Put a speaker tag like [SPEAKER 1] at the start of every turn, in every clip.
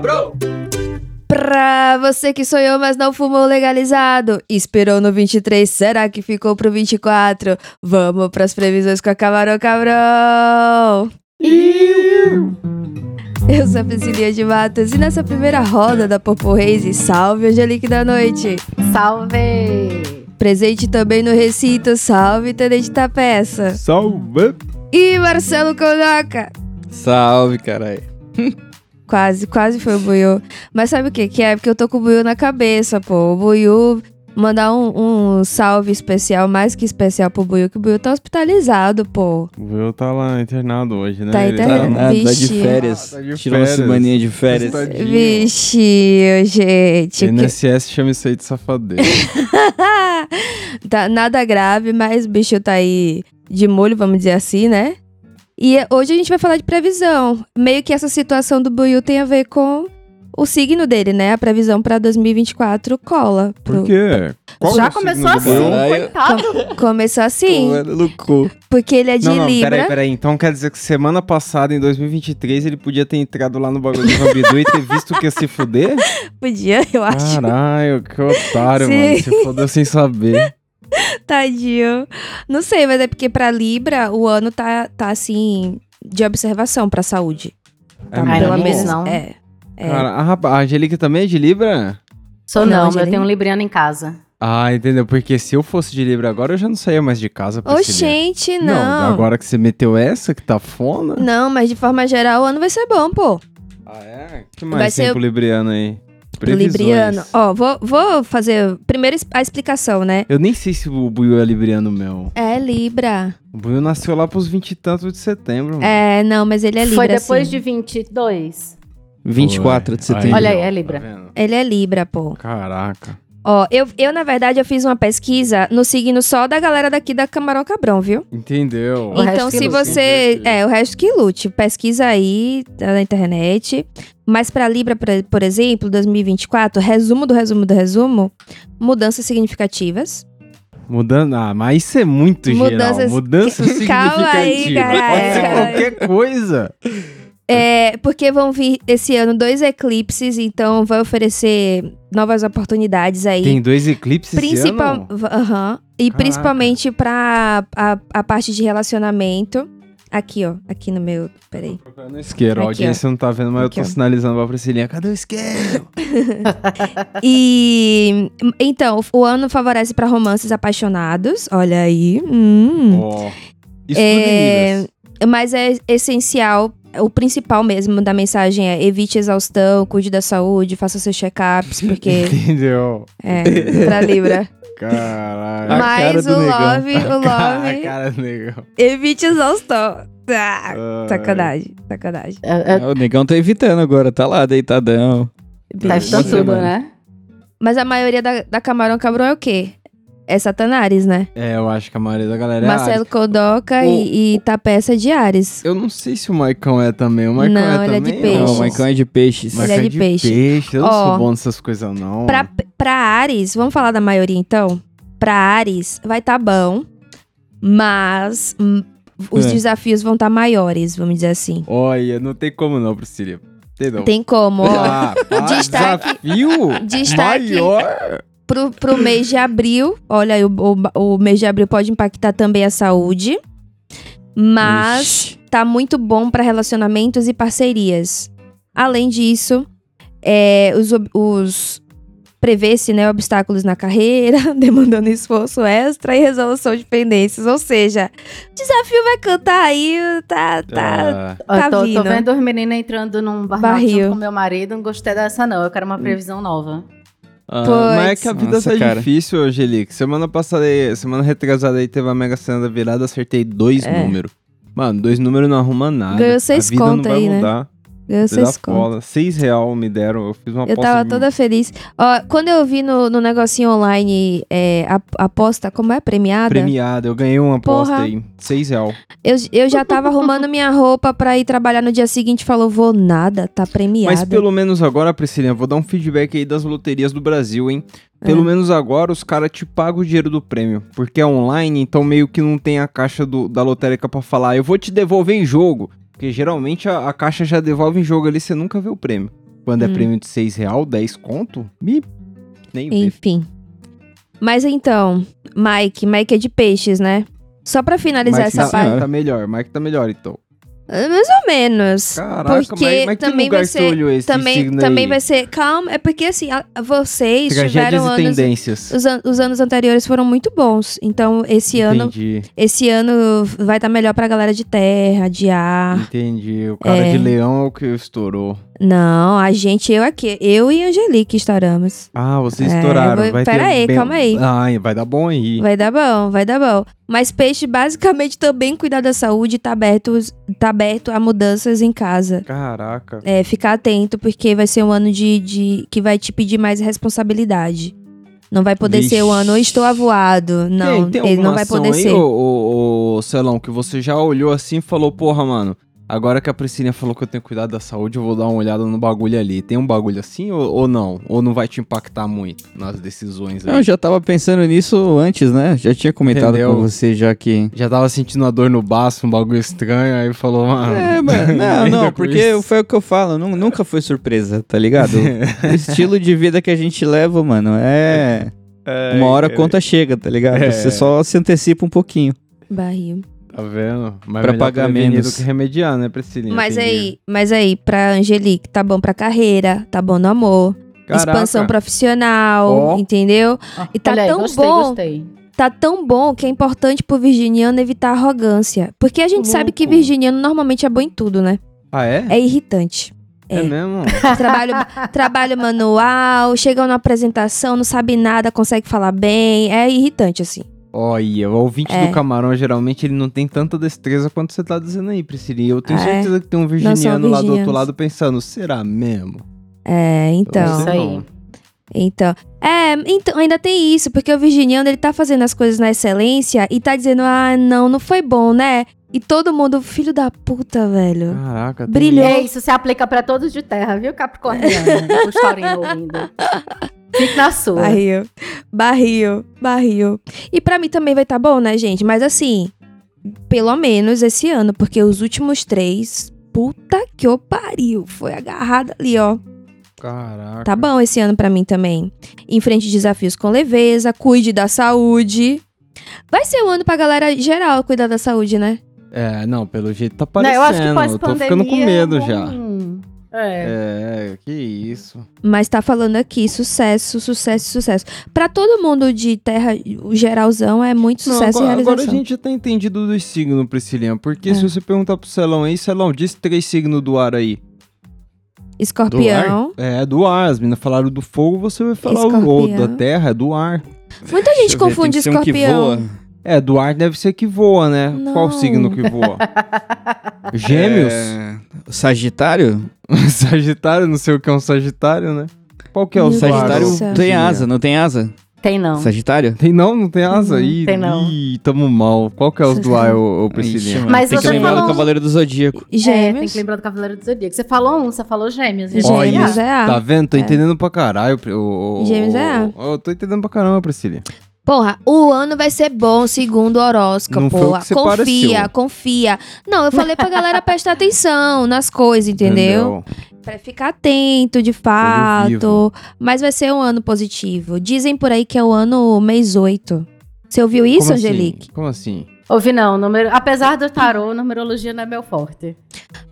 [SPEAKER 1] bro!
[SPEAKER 2] Pra você que sonhou, mas não fumou legalizado. Esperou no 23, será que ficou pro 24? Vamos pras previsões com a Camarão Cabrão! Eu sou a Priscilia de Matos e nessa primeira roda da Popo Reis, salve Angelique da Noite!
[SPEAKER 3] Salve!
[SPEAKER 2] Presente também no recinto, salve Tenente da Peça!
[SPEAKER 4] Salve!
[SPEAKER 2] E Marcelo Konoka!
[SPEAKER 1] Salve, carai.
[SPEAKER 2] Quase, quase foi o Buiu. Mas sabe o que que é? Porque eu tô com o Buiu na cabeça, pô. O Buiu... Mandar um, um salve especial, mais que especial pro Buiu, que o Buiu tá hospitalizado, pô.
[SPEAKER 4] O Will tá lá internado hoje, né?
[SPEAKER 2] Tá
[SPEAKER 4] Ele
[SPEAKER 2] internado.
[SPEAKER 4] Tá...
[SPEAKER 2] Ah,
[SPEAKER 1] de
[SPEAKER 2] Vixe.
[SPEAKER 1] férias.
[SPEAKER 4] Ah, tá de
[SPEAKER 1] Tirou uma
[SPEAKER 4] férias. tá
[SPEAKER 1] semaninha de férias.
[SPEAKER 4] Tadinho.
[SPEAKER 2] Vixe, gente. que-
[SPEAKER 4] NSS chama isso aí de safadeza.
[SPEAKER 2] Tá, nada grave, mas o bicho tá aí de molho, vamos dizer assim, né? E é- hoje a gente vai falar de previsão. Meio que essa situação do Buiu tem a ver com o signo dele, né? A previsão pra 2024 cola.
[SPEAKER 4] Por
[SPEAKER 2] Pro-
[SPEAKER 4] quê? Qual
[SPEAKER 3] Já
[SPEAKER 4] é o signo
[SPEAKER 3] começou
[SPEAKER 4] do
[SPEAKER 3] assim,
[SPEAKER 4] Will?
[SPEAKER 1] Caralho.
[SPEAKER 3] coitado.
[SPEAKER 2] Começou assim,
[SPEAKER 1] Mano, no cu.
[SPEAKER 2] porque ele é de
[SPEAKER 4] Não, não,
[SPEAKER 2] Libra.
[SPEAKER 4] peraí, peraí. Então quer dizer que semana passada, em 2023, ele podia ter entrado lá no bagulho do Rabidu e ter visto que ia se fuder?
[SPEAKER 2] Podia, eu acho.
[SPEAKER 4] Caralho, que otário,
[SPEAKER 2] Sim.
[SPEAKER 4] mano. Se fodeu sem saber.
[SPEAKER 2] Tadinho. Não sei, mas é porque pra Libra o ano tá, tá assim, de observação pra saúde. Tá,
[SPEAKER 3] Ai,
[SPEAKER 2] pelo
[SPEAKER 3] não
[SPEAKER 2] menos.
[SPEAKER 3] diz não.
[SPEAKER 2] É. é.
[SPEAKER 4] Cara, a, rapa- a Angelica também é de Libra?
[SPEAKER 3] Sou
[SPEAKER 2] Não,
[SPEAKER 3] não, mas
[SPEAKER 2] Angelina.
[SPEAKER 3] eu tenho um libriano em casa.
[SPEAKER 4] Ah, entendeu? Porque se eu fosse de Libra agora, eu já não saía mais de casa. pra
[SPEAKER 2] Oxente, não.
[SPEAKER 4] Não, agora que você meteu essa, que tá fona.
[SPEAKER 2] Não, mas de forma geral o ano vai ser bom, pô.
[SPEAKER 4] Ah, é? que
[SPEAKER 2] Vai
[SPEAKER 4] mais
[SPEAKER 2] ser-
[SPEAKER 4] tem pro Libriano aí?
[SPEAKER 2] Pro
[SPEAKER 4] Previsões.
[SPEAKER 2] Libriano. Ó, vou, vou fazer primeiro es- a explicação, né?
[SPEAKER 4] Eu nem sei se o Buiu é Libriano, meu.
[SPEAKER 2] É Libra.
[SPEAKER 4] O Buiu nasceu lá pros 20 e tantos de setembro. mano.
[SPEAKER 2] É, não, mas ele é Libra.
[SPEAKER 3] Foi depois
[SPEAKER 2] sim.
[SPEAKER 3] de 22.
[SPEAKER 1] 24 de
[SPEAKER 4] Aí,
[SPEAKER 1] setembro.
[SPEAKER 3] Olha aí, é
[SPEAKER 4] Tá
[SPEAKER 3] Libra.
[SPEAKER 4] vendo?
[SPEAKER 2] Ele é Libra, pô.
[SPEAKER 4] Caraca.
[SPEAKER 2] Ó, eu, eu, na verdade, eu fiz uma pesquisa no signo só da galera daqui da Camarão Cabrão, viu?
[SPEAKER 4] Entendeu?
[SPEAKER 3] O
[SPEAKER 2] então,
[SPEAKER 3] resto que
[SPEAKER 2] se
[SPEAKER 3] lute.
[SPEAKER 2] você. É, o resto que lute. Pesquisa aí tá na internet. Mas pra Libra, pra- por exemplo, 2024, resumo do resumo do resumo: mudanças significativas.
[SPEAKER 4] Mudando. Ah, mas isso é muito
[SPEAKER 2] Mudanças-
[SPEAKER 4] geral. Mudança
[SPEAKER 2] Calma
[SPEAKER 4] significativa.
[SPEAKER 2] aí,
[SPEAKER 4] Pode ser
[SPEAKER 2] caraca.
[SPEAKER 4] qualquer coisa.
[SPEAKER 2] É, porque vão vir esse ano dois eclipses, então vai oferecer novas oportunidades aí.
[SPEAKER 4] Tem dois eclipses
[SPEAKER 2] Principal-
[SPEAKER 4] esse ano?
[SPEAKER 2] v- aham. E
[SPEAKER 4] Caraca.
[SPEAKER 2] principalmente pra a, a parte de relacionamento. Aqui, ó. Aqui no meu. Peraí.
[SPEAKER 4] No isqueiro. A
[SPEAKER 2] Aqui,
[SPEAKER 4] audiência não tá vendo, mas
[SPEAKER 2] Aqui,
[SPEAKER 4] eu
[SPEAKER 2] ó.
[SPEAKER 4] tô sinalizando pra Priscilinha. Cadê o isqueiro?
[SPEAKER 2] E. Então, o ano favorece pra romances apaixonados. Olha aí. Hum.
[SPEAKER 4] Ó. Isso
[SPEAKER 2] É,
[SPEAKER 4] tudo em Libras.
[SPEAKER 2] Mas é essencial. O principal mesmo da mensagem é evite exaustão, cuide da saúde, faça seus check-ups, porque.
[SPEAKER 4] Entendeu?
[SPEAKER 2] é, pra Libra.
[SPEAKER 4] Caralho.
[SPEAKER 1] A cara
[SPEAKER 2] Mas
[SPEAKER 1] do
[SPEAKER 2] o
[SPEAKER 1] negão.
[SPEAKER 2] um Love, o Love,
[SPEAKER 4] Ah, cara, negão.
[SPEAKER 2] evite exaustão. Ah,
[SPEAKER 4] Ah,
[SPEAKER 2] sacanagem, sacanagem.
[SPEAKER 3] É, é,
[SPEAKER 1] Ah, O negão tá evitando agora, tá lá, deitadão.
[SPEAKER 3] tá
[SPEAKER 2] Bicho.
[SPEAKER 3] estudando
[SPEAKER 1] é
[SPEAKER 3] tudo, né?
[SPEAKER 2] Mas a maioria da, da Camarão Cabrão é o quê? É Satanás, né?
[SPEAKER 4] É, eu acho que a maioria da galera é
[SPEAKER 2] Marcelo Kodoka e, e Tapeça de Ares.
[SPEAKER 4] Eu não sei se o Maicon é também. O Maicon
[SPEAKER 2] Não,
[SPEAKER 4] é
[SPEAKER 2] ele é de
[SPEAKER 4] também.
[SPEAKER 2] peixes.
[SPEAKER 1] Não, o Maicon é de peixes.
[SPEAKER 2] Mas-
[SPEAKER 4] Maicon
[SPEAKER 2] Ele é de peixe.
[SPEAKER 4] Eu não
[SPEAKER 2] Ó,
[SPEAKER 4] sou bom nessas coisas, não.
[SPEAKER 2] Pra, pra Ares, vamos falar da maioria então? Pra Ares, vai tá bom, mas hum, os
[SPEAKER 1] É.
[SPEAKER 2] desafios vão estar maiores, vamos dizer assim.
[SPEAKER 4] Olha, não tem como não, Priscila. Tem não.
[SPEAKER 2] Tem como, ó.
[SPEAKER 4] Ah, pá,
[SPEAKER 2] Destaque-
[SPEAKER 4] desafio
[SPEAKER 2] destaque-
[SPEAKER 4] maior.
[SPEAKER 2] pro, pro mês de abril. Olha, aí, o, o, o mês de abril pode impactar também a saúde. Mas
[SPEAKER 1] Ixi.
[SPEAKER 2] tá muito bom para relacionamentos e parcerias. Além disso, é, os, ob- os prevê-se né, obstáculos na carreira, demandando esforço extra e resolução de pendências. Ou seja, o desafio vai cantar aí, tá, tá,
[SPEAKER 4] Ah,
[SPEAKER 3] Eu
[SPEAKER 2] Tá
[SPEAKER 3] tô, tô
[SPEAKER 2] vindo.
[SPEAKER 3] vendo os meninos entrando num barril
[SPEAKER 2] Barril.
[SPEAKER 3] junto com meu marido. Não gostei dessa, não. Eu quero
[SPEAKER 1] Hum.
[SPEAKER 3] uma previsão nova.
[SPEAKER 1] Ah,
[SPEAKER 2] Pô.
[SPEAKER 4] mas é que a vida
[SPEAKER 1] Nossa,
[SPEAKER 4] tá
[SPEAKER 1] cara.
[SPEAKER 4] difícil, Angelique. Semana passada, aí, semana retrasada aí, teve a mega cena da virada, acertei dois
[SPEAKER 2] É.
[SPEAKER 4] números. Mano, dois números não arruma nada.
[SPEAKER 2] Ganhou seis
[SPEAKER 4] a vida
[SPEAKER 2] conto
[SPEAKER 4] não vai
[SPEAKER 2] aí, né?
[SPEAKER 4] mudar.
[SPEAKER 2] ganhou
[SPEAKER 4] Vocês
[SPEAKER 2] seus contos.
[SPEAKER 4] cola. Seis real me deram, eu fiz uma
[SPEAKER 2] Eu
[SPEAKER 4] aposta
[SPEAKER 2] tava
[SPEAKER 4] de-
[SPEAKER 2] toda feliz. Ó, quando eu vi no, no negocinho online é, a- aposta, como é? Premiada?
[SPEAKER 4] premiada. Eu ganhei uma aposta
[SPEAKER 2] Porra.
[SPEAKER 4] aí, seis real.
[SPEAKER 2] Eu, eu já tava arrumando minha roupa pra ir trabalhar no dia seguinte. Falou, vou nada, tá premiada.
[SPEAKER 4] Mas pelo menos agora, Priscilinha, vou dar um feedback aí das loterias do Brasil, hein?
[SPEAKER 2] É.
[SPEAKER 4] Pelo menos agora os caras te pagam o dinheiro do prêmio. Porque é online, então meio que não tem a caixa do- da lotérica pra falar, eu vou te devolver em jogo. Porque geralmente a, a caixa já devolve em jogo ali, você nunca vê o prêmio. Quando é
[SPEAKER 2] Hum.
[SPEAKER 4] prêmio de 6 real, 10 conto? Me... Nem vê.
[SPEAKER 2] Enfim. Mas então, Mike, Mike é de peixes, né? Só pra finalizar
[SPEAKER 4] Mike
[SPEAKER 2] essa
[SPEAKER 4] tá,
[SPEAKER 2] parte.
[SPEAKER 1] parte.
[SPEAKER 4] tá melhor, Mike tá melhor, então.
[SPEAKER 2] Mais ou menos.
[SPEAKER 4] Caraca,
[SPEAKER 2] porque
[SPEAKER 4] Mike, mas que
[SPEAKER 2] também
[SPEAKER 4] lugar
[SPEAKER 2] vai
[SPEAKER 4] você
[SPEAKER 2] ser.
[SPEAKER 4] olhou esse
[SPEAKER 2] Também,
[SPEAKER 4] signo
[SPEAKER 2] também
[SPEAKER 4] aí?
[SPEAKER 2] vai ser. Calma, é porque assim, a- vocês
[SPEAKER 4] Tragédias
[SPEAKER 2] tiveram
[SPEAKER 4] e
[SPEAKER 2] anos.
[SPEAKER 4] tendências.
[SPEAKER 2] Os, an- os anos anteriores foram muito bons. Então, esse ano,
[SPEAKER 4] Entendi,
[SPEAKER 2] esse ano vai estar melhor pra galera de terra, de ar.
[SPEAKER 4] entendi. O cara
[SPEAKER 2] Ah. É.
[SPEAKER 4] de leão é o que estourou.
[SPEAKER 2] Não, a gente, eu aqui, eu e Angelique estaremos.
[SPEAKER 4] Ah, vocês
[SPEAKER 2] É,
[SPEAKER 4] estouraram.
[SPEAKER 2] vou-
[SPEAKER 4] Vai ter
[SPEAKER 2] pera aí,
[SPEAKER 4] bem-
[SPEAKER 2] calma aí.
[SPEAKER 4] Ai, vai dar bom aí.
[SPEAKER 2] Vai dar bom, vai dar bom. Mas peixe basicamente também cuidar da saúde, tá aberto, tá aberto a mudanças em casa.
[SPEAKER 4] Caraca.
[SPEAKER 2] É, ficar atento, porque vai ser um ano de, de- que vai te pedir mais responsabilidade. Não vai poder ser o
[SPEAKER 4] Vixe.
[SPEAKER 2] ano estou avoado. Não,
[SPEAKER 4] tem, tem
[SPEAKER 2] ele
[SPEAKER 4] alguma
[SPEAKER 2] não vai
[SPEAKER 4] ação
[SPEAKER 2] poder
[SPEAKER 4] aí,
[SPEAKER 2] ser.
[SPEAKER 4] Ô, ô, ô, Celão, que você já olhou assim e falou, porra, mano, agora que a Priscilinha falou que eu tenho cuidado da saúde, eu vou dar uma olhada no bagulho ali. Tem um bagulho assim ou, ou não? Ou não vai te impactar muito nas decisões aí?
[SPEAKER 1] Eu já tava pensando nisso antes, né? Já tinha comentado
[SPEAKER 4] Entendeu?
[SPEAKER 1] com você já que...
[SPEAKER 4] Já tava sentindo uma dor no baço, um bagulho estranho, aí falou, mano...
[SPEAKER 1] É, mano, não,
[SPEAKER 4] ainda
[SPEAKER 1] não,
[SPEAKER 4] com
[SPEAKER 1] porque
[SPEAKER 4] isso.
[SPEAKER 1] foi o que eu falo, nu- nunca foi surpresa, tá ligado? o estilo de vida que a gente leva, mano, é... Uma hora a conta chega, tá ligado?
[SPEAKER 4] É.
[SPEAKER 1] Você só se antecipa um pouquinho.
[SPEAKER 2] Barril.
[SPEAKER 4] Tá vendo? Mas
[SPEAKER 1] Pra
[SPEAKER 4] melhor
[SPEAKER 1] pagar
[SPEAKER 4] prevenir
[SPEAKER 1] menos.
[SPEAKER 4] do que remediar, né, Priscilinha?
[SPEAKER 2] Mas
[SPEAKER 4] Entendi.
[SPEAKER 2] aí, mas aí, pra Angelique, tá bom pra carreira, tá bom no amor,
[SPEAKER 4] Caraca.
[SPEAKER 2] expansão profissional,
[SPEAKER 4] Ó.
[SPEAKER 2] entendeu? E tá
[SPEAKER 3] Olha aí,
[SPEAKER 2] tão
[SPEAKER 3] gostei,
[SPEAKER 2] bom.
[SPEAKER 3] Gostei,
[SPEAKER 2] Tá tão bom que é importante pro virginiano evitar arrogância. Porque a gente sabe que
[SPEAKER 4] Louco.
[SPEAKER 2] virginiano normalmente é bom em tudo, né?
[SPEAKER 4] Ah, é?
[SPEAKER 2] É irritante.
[SPEAKER 4] É,
[SPEAKER 2] é.
[SPEAKER 4] mesmo?
[SPEAKER 2] Trabalho, trabalho manual, chega na apresentação, não sabe nada, consegue falar bem. É irritante, assim.
[SPEAKER 4] Olha, o ouvinte
[SPEAKER 2] É.
[SPEAKER 4] do camarão, geralmente, ele não tem tanta destreza quanto você tá dizendo aí, Priscilinha. Eu tenho
[SPEAKER 2] Ah, é?
[SPEAKER 4] certeza que tem um
[SPEAKER 2] são
[SPEAKER 4] virginiano lá do outro
[SPEAKER 2] virginianos.
[SPEAKER 4] lado pensando, será mesmo?
[SPEAKER 2] É,
[SPEAKER 1] Tá
[SPEAKER 2] então.
[SPEAKER 3] Isso aí.
[SPEAKER 2] Então, é, então, ainda tem isso, porque o virginiano, ele tá fazendo as coisas na excelência e tá dizendo, ah, não, não foi bom, né? E todo mundo, filho da puta, velho.
[SPEAKER 4] Caraca. tem-
[SPEAKER 2] Brilhou.
[SPEAKER 3] É isso, se aplica pra todos de terra, viu, Capricorniano? Os taurinos ouvindo. Fique na sua.
[SPEAKER 2] Barril, barril, barril. E pra mim também vai tá bom, né, gente? Mas assim, pelo menos esse ano, porque os últimos três, puta que o pariu, foi agarrada ali, ó.
[SPEAKER 4] um- Caraca.
[SPEAKER 2] Tá bom esse ano pra mim também. Enfrente desafios com leveza, cuide da saúde. Vai ser um ano pra galera geral cuidar da saúde, né?
[SPEAKER 4] É, não, pelo jeito tá
[SPEAKER 3] Né,
[SPEAKER 4] parecendo.
[SPEAKER 3] eu acho que
[SPEAKER 4] eu tô
[SPEAKER 3] pós-pandemia...
[SPEAKER 4] ficando com medo
[SPEAKER 3] é
[SPEAKER 4] já.
[SPEAKER 3] bom. É.
[SPEAKER 4] É, que isso.
[SPEAKER 2] Mas tá falando aqui, sucesso, sucesso, sucesso. Pra todo mundo de terra, o geralzão é muito
[SPEAKER 4] Não,
[SPEAKER 2] sucesso
[SPEAKER 4] agora,
[SPEAKER 2] e
[SPEAKER 4] agora
[SPEAKER 2] realização.
[SPEAKER 4] a gente já tá entendido dos signos, Priscilinha. Porque
[SPEAKER 2] É.
[SPEAKER 4] se você perguntar pro Celão aí, Celão, diz três signos do ar aí.
[SPEAKER 2] Escorpião.
[SPEAKER 4] É, do ar. As meninas falaram do fogo, você vai falar o outro.
[SPEAKER 2] Escorpião.
[SPEAKER 4] Da terra, é do ar.
[SPEAKER 2] Muita gente
[SPEAKER 1] Deixa eu ver, tem
[SPEAKER 2] confunde
[SPEAKER 1] que ser um que
[SPEAKER 2] escorpião.
[SPEAKER 1] voa.
[SPEAKER 4] É, do ar deve ser que voa, né? Qual o
[SPEAKER 2] Não.
[SPEAKER 4] signo que voa? Gêmeos?
[SPEAKER 1] É, Sagitário?
[SPEAKER 4] Sagitário, não sei o que é um Sagitário, né? Qual que é o
[SPEAKER 2] Meu
[SPEAKER 1] Sagitário
[SPEAKER 2] Deus do céu.
[SPEAKER 1] tem asa, não tem asa?
[SPEAKER 3] Tem não. É,
[SPEAKER 1] Sagitário?
[SPEAKER 4] Tem não? Não tem asa? Ih,
[SPEAKER 3] Tem não.
[SPEAKER 4] ih, tamo mal. Qual que é os do ar, ô, ô Priscilinha?
[SPEAKER 1] mano,
[SPEAKER 3] Mas
[SPEAKER 1] tem
[SPEAKER 3] você
[SPEAKER 1] que lembrar
[SPEAKER 3] falou-
[SPEAKER 1] do Cavaleiro do Zodíaco.
[SPEAKER 3] É, tem
[SPEAKER 2] Gêmeos.
[SPEAKER 3] que lembrar do Cavaleiro do Zodíaco. Você falou um, você falou gêmeos. gente.
[SPEAKER 4] Olha,
[SPEAKER 2] Gêmeos é A.
[SPEAKER 4] Tá vendo? Tô entendendo pra caralho. Pri- ô, ô,
[SPEAKER 2] Gêmeos
[SPEAKER 4] ô,
[SPEAKER 2] é
[SPEAKER 4] ô, Eu tô entendendo pra caramba, Priscilinha.
[SPEAKER 2] Porra, o ano vai ser bom, segundo o horóscopo.
[SPEAKER 4] Não foi o que você
[SPEAKER 2] confia,
[SPEAKER 4] pareceu.
[SPEAKER 2] confia. Não, eu falei pra galera prestar atenção nas coisas, entendeu? Pra ficar atento, de fato.
[SPEAKER 4] vivo.
[SPEAKER 2] Mas vai ser um ano positivo. Dizem por aí que é o ano mês 8. Você ouviu isso,
[SPEAKER 4] Como assim?
[SPEAKER 2] Angelique?
[SPEAKER 4] Como assim?
[SPEAKER 3] Ouvi não, número... apesar do tarô, numerologia não é meu forte.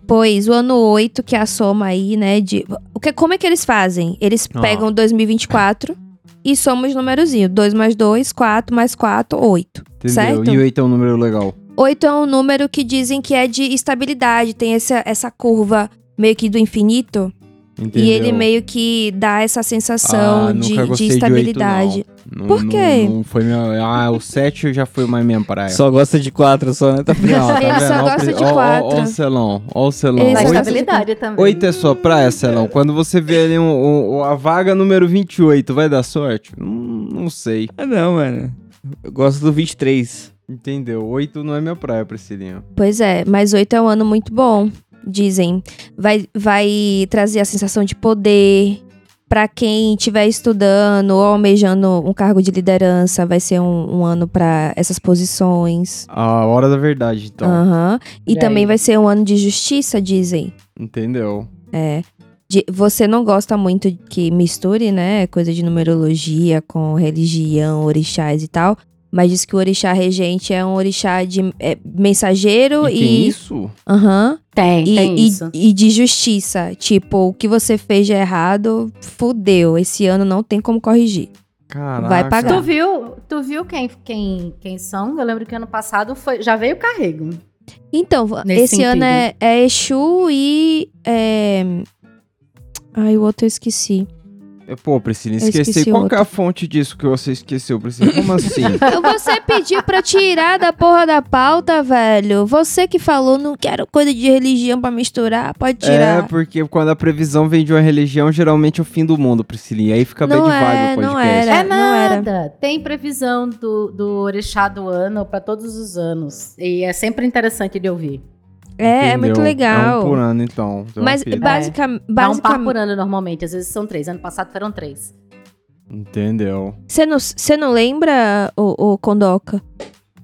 [SPEAKER 2] Pois, o ano 8, que é a soma aí, né? De... O que, como é que eles fazem? Eles
[SPEAKER 4] Ah.
[SPEAKER 2] pegam 2024 e somam os numerozinhos. 2 mais 2, 4 mais 4, 8.
[SPEAKER 4] Entendeu?
[SPEAKER 2] Certo?
[SPEAKER 4] E o oito é um número legal.
[SPEAKER 2] 8 é um número que dizem que é de estabilidade, tem essa, essa curva meio que do infinito.
[SPEAKER 4] Entendeu?
[SPEAKER 2] E ele meio que dá essa sensação
[SPEAKER 4] Ah,
[SPEAKER 2] de,
[SPEAKER 4] nunca
[SPEAKER 2] de
[SPEAKER 4] gostei de oito,
[SPEAKER 2] estabilidade.
[SPEAKER 4] Não-
[SPEAKER 2] Por
[SPEAKER 4] não-
[SPEAKER 2] quê?
[SPEAKER 4] Não, foi minha... Ah, o 7 já foi mais minha praia.
[SPEAKER 1] Só gosta de quatro, só, né? Tá
[SPEAKER 4] Não, tá
[SPEAKER 2] Ele
[SPEAKER 4] vendo?
[SPEAKER 2] só
[SPEAKER 4] Ó o
[SPEAKER 2] gosta
[SPEAKER 4] Pri-
[SPEAKER 2] de
[SPEAKER 4] ó- ó- Ó
[SPEAKER 2] quatro.
[SPEAKER 4] o Celão, ó o Celão.
[SPEAKER 2] Ele
[SPEAKER 3] Da
[SPEAKER 2] só
[SPEAKER 4] Oito-
[SPEAKER 2] gosta de
[SPEAKER 3] estabilidade também.
[SPEAKER 4] Oito é sua praia, Celão? Quando você vê ali um- um- a vaga número 28, vai dar sorte? Hum, não sei.
[SPEAKER 1] Ah, não, mano. Eu gosto do 23.
[SPEAKER 4] Entendeu? Oito não é minha praia, Priscilinha.
[SPEAKER 2] Pois é, mas 8 é um ano muito bom, dizem. Vai, vai trazer a sensação de poder. Pra quem estiver estudando ou almejando um cargo de liderança, vai ser um, um ano pra essas posições.
[SPEAKER 4] A hora da verdade,
[SPEAKER 2] Ah.
[SPEAKER 4] então.
[SPEAKER 2] Aham. E
[SPEAKER 3] E
[SPEAKER 2] também
[SPEAKER 3] aí?
[SPEAKER 2] vai ser um ano de justiça, dizem.
[SPEAKER 4] Entendeu?
[SPEAKER 2] É. de- você não gosta muito que misture, né? Coisa de numerologia com religião, orixás e tal. Mas diz que o orixá regente é um orixá de é, mensageiro
[SPEAKER 4] E tem
[SPEAKER 2] e.
[SPEAKER 4] isso?
[SPEAKER 2] Aham.
[SPEAKER 3] Tem,
[SPEAKER 2] E,
[SPEAKER 3] tem
[SPEAKER 2] e-
[SPEAKER 3] É isso.
[SPEAKER 2] e de justiça. Tipo, o que você fez de errado, fudeu. Esse ano não tem como corrigir.
[SPEAKER 4] Caraca.
[SPEAKER 2] Vai pagar.
[SPEAKER 3] Tu viu, tu viu quem, quem, quem são? Eu lembro que ano passado foi, já veio o carrego.
[SPEAKER 2] Então, v-
[SPEAKER 3] Nesse
[SPEAKER 2] esse ano é, é Exu e. é, Ai, o outro eu esqueci.
[SPEAKER 4] Pô, Priscila,
[SPEAKER 2] Eu esqueci
[SPEAKER 4] esqueci. Qual que é a
[SPEAKER 2] outra.
[SPEAKER 4] fonte disso que você esqueceu, Priscila? Como assim?
[SPEAKER 2] Você pediu pra tirar da porra da pauta, velho. Você que falou, não quero coisa de religião pra misturar, pode
[SPEAKER 4] é,
[SPEAKER 2] tirar.
[SPEAKER 4] porque quando a previsão vem de uma religião, geralmente é o fim do mundo, Priscila. E aí fica bem
[SPEAKER 2] Não
[SPEAKER 4] de vibe
[SPEAKER 2] é,
[SPEAKER 4] o
[SPEAKER 2] não
[SPEAKER 4] podcast.
[SPEAKER 2] era.
[SPEAKER 3] É
[SPEAKER 2] não era.
[SPEAKER 3] nada. Tem previsão do, do orixá do ano pra todos os anos. E é sempre interessante de ouvir.
[SPEAKER 2] é, é
[SPEAKER 4] Entendeu?
[SPEAKER 2] muito legal.
[SPEAKER 4] É um por ano, então. Tem uma
[SPEAKER 2] Mas
[SPEAKER 4] pira.
[SPEAKER 2] basica,
[SPEAKER 3] Dá um par por
[SPEAKER 2] basicamente.
[SPEAKER 3] ano normalmente, às vezes são três. Ano passado foram três.
[SPEAKER 4] Entendeu?
[SPEAKER 2] Você não, você não lembra, o, o Kondoka?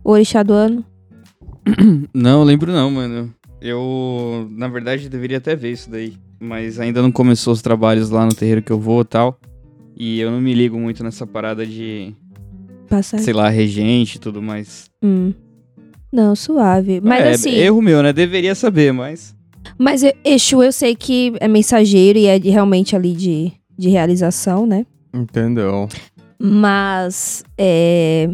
[SPEAKER 2] O orixá do ano?
[SPEAKER 1] Não, lembro não, mano. Eu, na verdade, deveria até ver isso daí. Mas ainda não começou os trabalhos lá no terreiro que eu vou e tal. E eu não me ligo muito nessa parada de,
[SPEAKER 2] Passagem.
[SPEAKER 1] sei lá, regente e tudo mais.
[SPEAKER 2] Hum. Não, suave. Mas
[SPEAKER 1] é,
[SPEAKER 2] assim,
[SPEAKER 1] Erro meu, né? Deveria saber, mas.
[SPEAKER 2] mas e- Exu eu sei que é mensageiro e é de- realmente ali de, de realização, né?
[SPEAKER 4] Entendeu? Ah,
[SPEAKER 2] Mas é,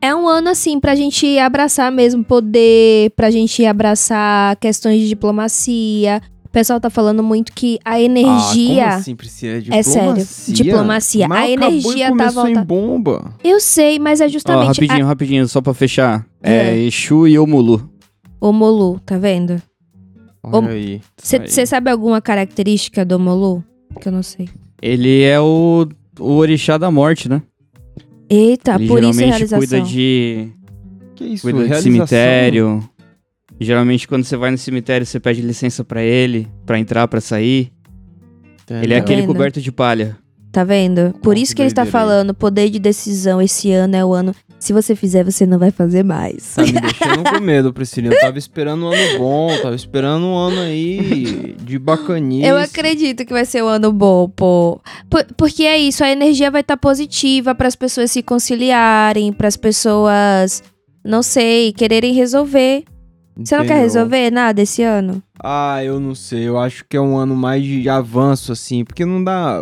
[SPEAKER 2] é um ano assim pra gente abraçar mesmo poder, pra gente abraçar questões de diplomacia. O pessoal tá falando muito que a energia.
[SPEAKER 4] Ah, como assim, Priscila? É
[SPEAKER 2] É sério,
[SPEAKER 4] diplomacia?
[SPEAKER 2] diplomacia.
[SPEAKER 4] Mas
[SPEAKER 2] A
[SPEAKER 4] acabou e
[SPEAKER 2] energia tá
[SPEAKER 4] começou em
[SPEAKER 2] volta-
[SPEAKER 4] bomba.
[SPEAKER 2] Eu sei, mas é
[SPEAKER 1] Ó,
[SPEAKER 2] justamente a-
[SPEAKER 1] rapidinho, rapidinho, só pra fechar. É, Exu e Omulu.
[SPEAKER 2] o Molu, tá vendo?
[SPEAKER 4] Olha
[SPEAKER 1] Aí.
[SPEAKER 4] aí.
[SPEAKER 2] Você sabe alguma característica do Molu? Que eu não sei.
[SPEAKER 1] Ele é o, o orixá da morte, né?
[SPEAKER 2] Eita,
[SPEAKER 1] ele
[SPEAKER 2] por isso é
[SPEAKER 1] geralmente
[SPEAKER 2] realização.
[SPEAKER 1] cuida de.
[SPEAKER 4] Que isso,
[SPEAKER 1] cuida de
[SPEAKER 4] realização.
[SPEAKER 1] cemitério. Geralmente quando você vai no cemitério, você pede licença pra ele, pra entrar, pra sair.
[SPEAKER 4] Entendeu?
[SPEAKER 1] Ele é aquele
[SPEAKER 2] Entendo.
[SPEAKER 1] coberto de palha.
[SPEAKER 2] Tá vendo?
[SPEAKER 4] Ó,
[SPEAKER 2] Por
[SPEAKER 4] que
[SPEAKER 2] isso que ele está
[SPEAKER 4] doideira aí.
[SPEAKER 2] falando, poder de decisão esse ano é o ano. Se você fizer, você não vai fazer mais.
[SPEAKER 4] Tá me deixando com medo, Priscila. Eu tava esperando um ano bom, tava esperando um ano aí de bacanice.
[SPEAKER 2] Eu acredito que vai ser um ano bom, pô. Por- porque é isso, a energia vai estar positiva para as pessoas se conciliarem, para as pessoas, não sei, quererem resolver. Você não quer
[SPEAKER 4] Entendeu?
[SPEAKER 2] resolver nada esse ano?
[SPEAKER 4] Ah, eu não sei. Eu acho que é um ano mais de avanço, assim, porque não dá.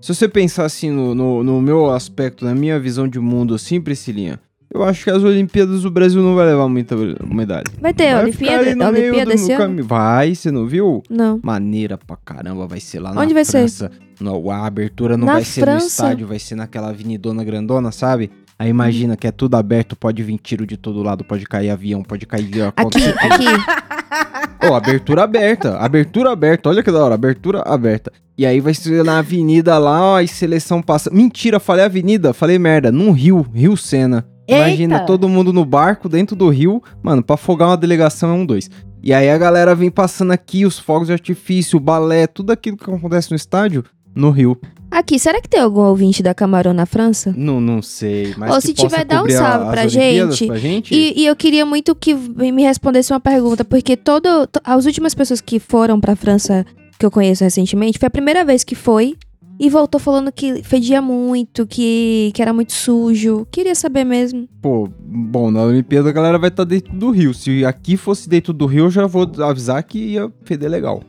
[SPEAKER 4] Se você pensar assim no, no, no meu aspecto, na minha visão de mundo, assim, Priscilinha, eu acho que as Olimpíadas o Brasil não vai levar muita medalha.
[SPEAKER 2] Vai ter
[SPEAKER 4] vai ficar
[SPEAKER 2] É, Olimpíada,
[SPEAKER 4] ali no meio
[SPEAKER 2] Olimpíada
[SPEAKER 4] do
[SPEAKER 2] esse ano?
[SPEAKER 4] caminho. Vai, você não viu?
[SPEAKER 2] Não.
[SPEAKER 4] Maneira pra caramba, vai ser lá na
[SPEAKER 2] Onde vai ser?
[SPEAKER 4] França. No, a abertura não
[SPEAKER 2] Na
[SPEAKER 4] vai ser no
[SPEAKER 2] França?
[SPEAKER 4] estádio, vai ser naquela avenidona grandona, sabe? Aí
[SPEAKER 2] Hum.
[SPEAKER 4] imagina que é tudo aberto, pode vir tiro de todo lado, pode cair avião, pode cair a
[SPEAKER 2] Aqui, aqui.
[SPEAKER 4] Ó, abertura aberta, abertura aberta, olha que da hora, abertura aberta. E aí vai ser na avenida lá, ó, a seleção passa. Mentira, falei avenida, falei merda, num rio, Rio Sena. Imagina
[SPEAKER 3] Eita!
[SPEAKER 4] todo mundo no barco dentro do rio, mano, pra afogar uma delegação é um dois. E aí a galera vem passando aqui, os fogos de artifício, o balé, tudo aquilo que acontece no estádio, no rio.
[SPEAKER 2] Aqui, será que tem algum ouvinte da Camarão na França?
[SPEAKER 4] Não, não sei, mas
[SPEAKER 2] Ou
[SPEAKER 4] que
[SPEAKER 2] se
[SPEAKER 4] possa
[SPEAKER 2] tiver, dá um
[SPEAKER 4] cobrir a-
[SPEAKER 2] salve
[SPEAKER 4] as
[SPEAKER 2] pra
[SPEAKER 4] Olimpíadas
[SPEAKER 2] gente.
[SPEAKER 4] pra gente.
[SPEAKER 2] E, e eu queria muito que v- me respondesse uma pergunta, porque todo, to- as últimas pessoas que foram pra França que eu conheço recentemente, foi a primeira vez que foi e voltou falando que fedia muito, que, que era muito sujo. Queria saber mesmo.
[SPEAKER 4] Pô, bom, na Olimpíada a galera vai estar dentro do rio. Se aqui fosse dentro do rio, eu já vou avisar que ia feder legal.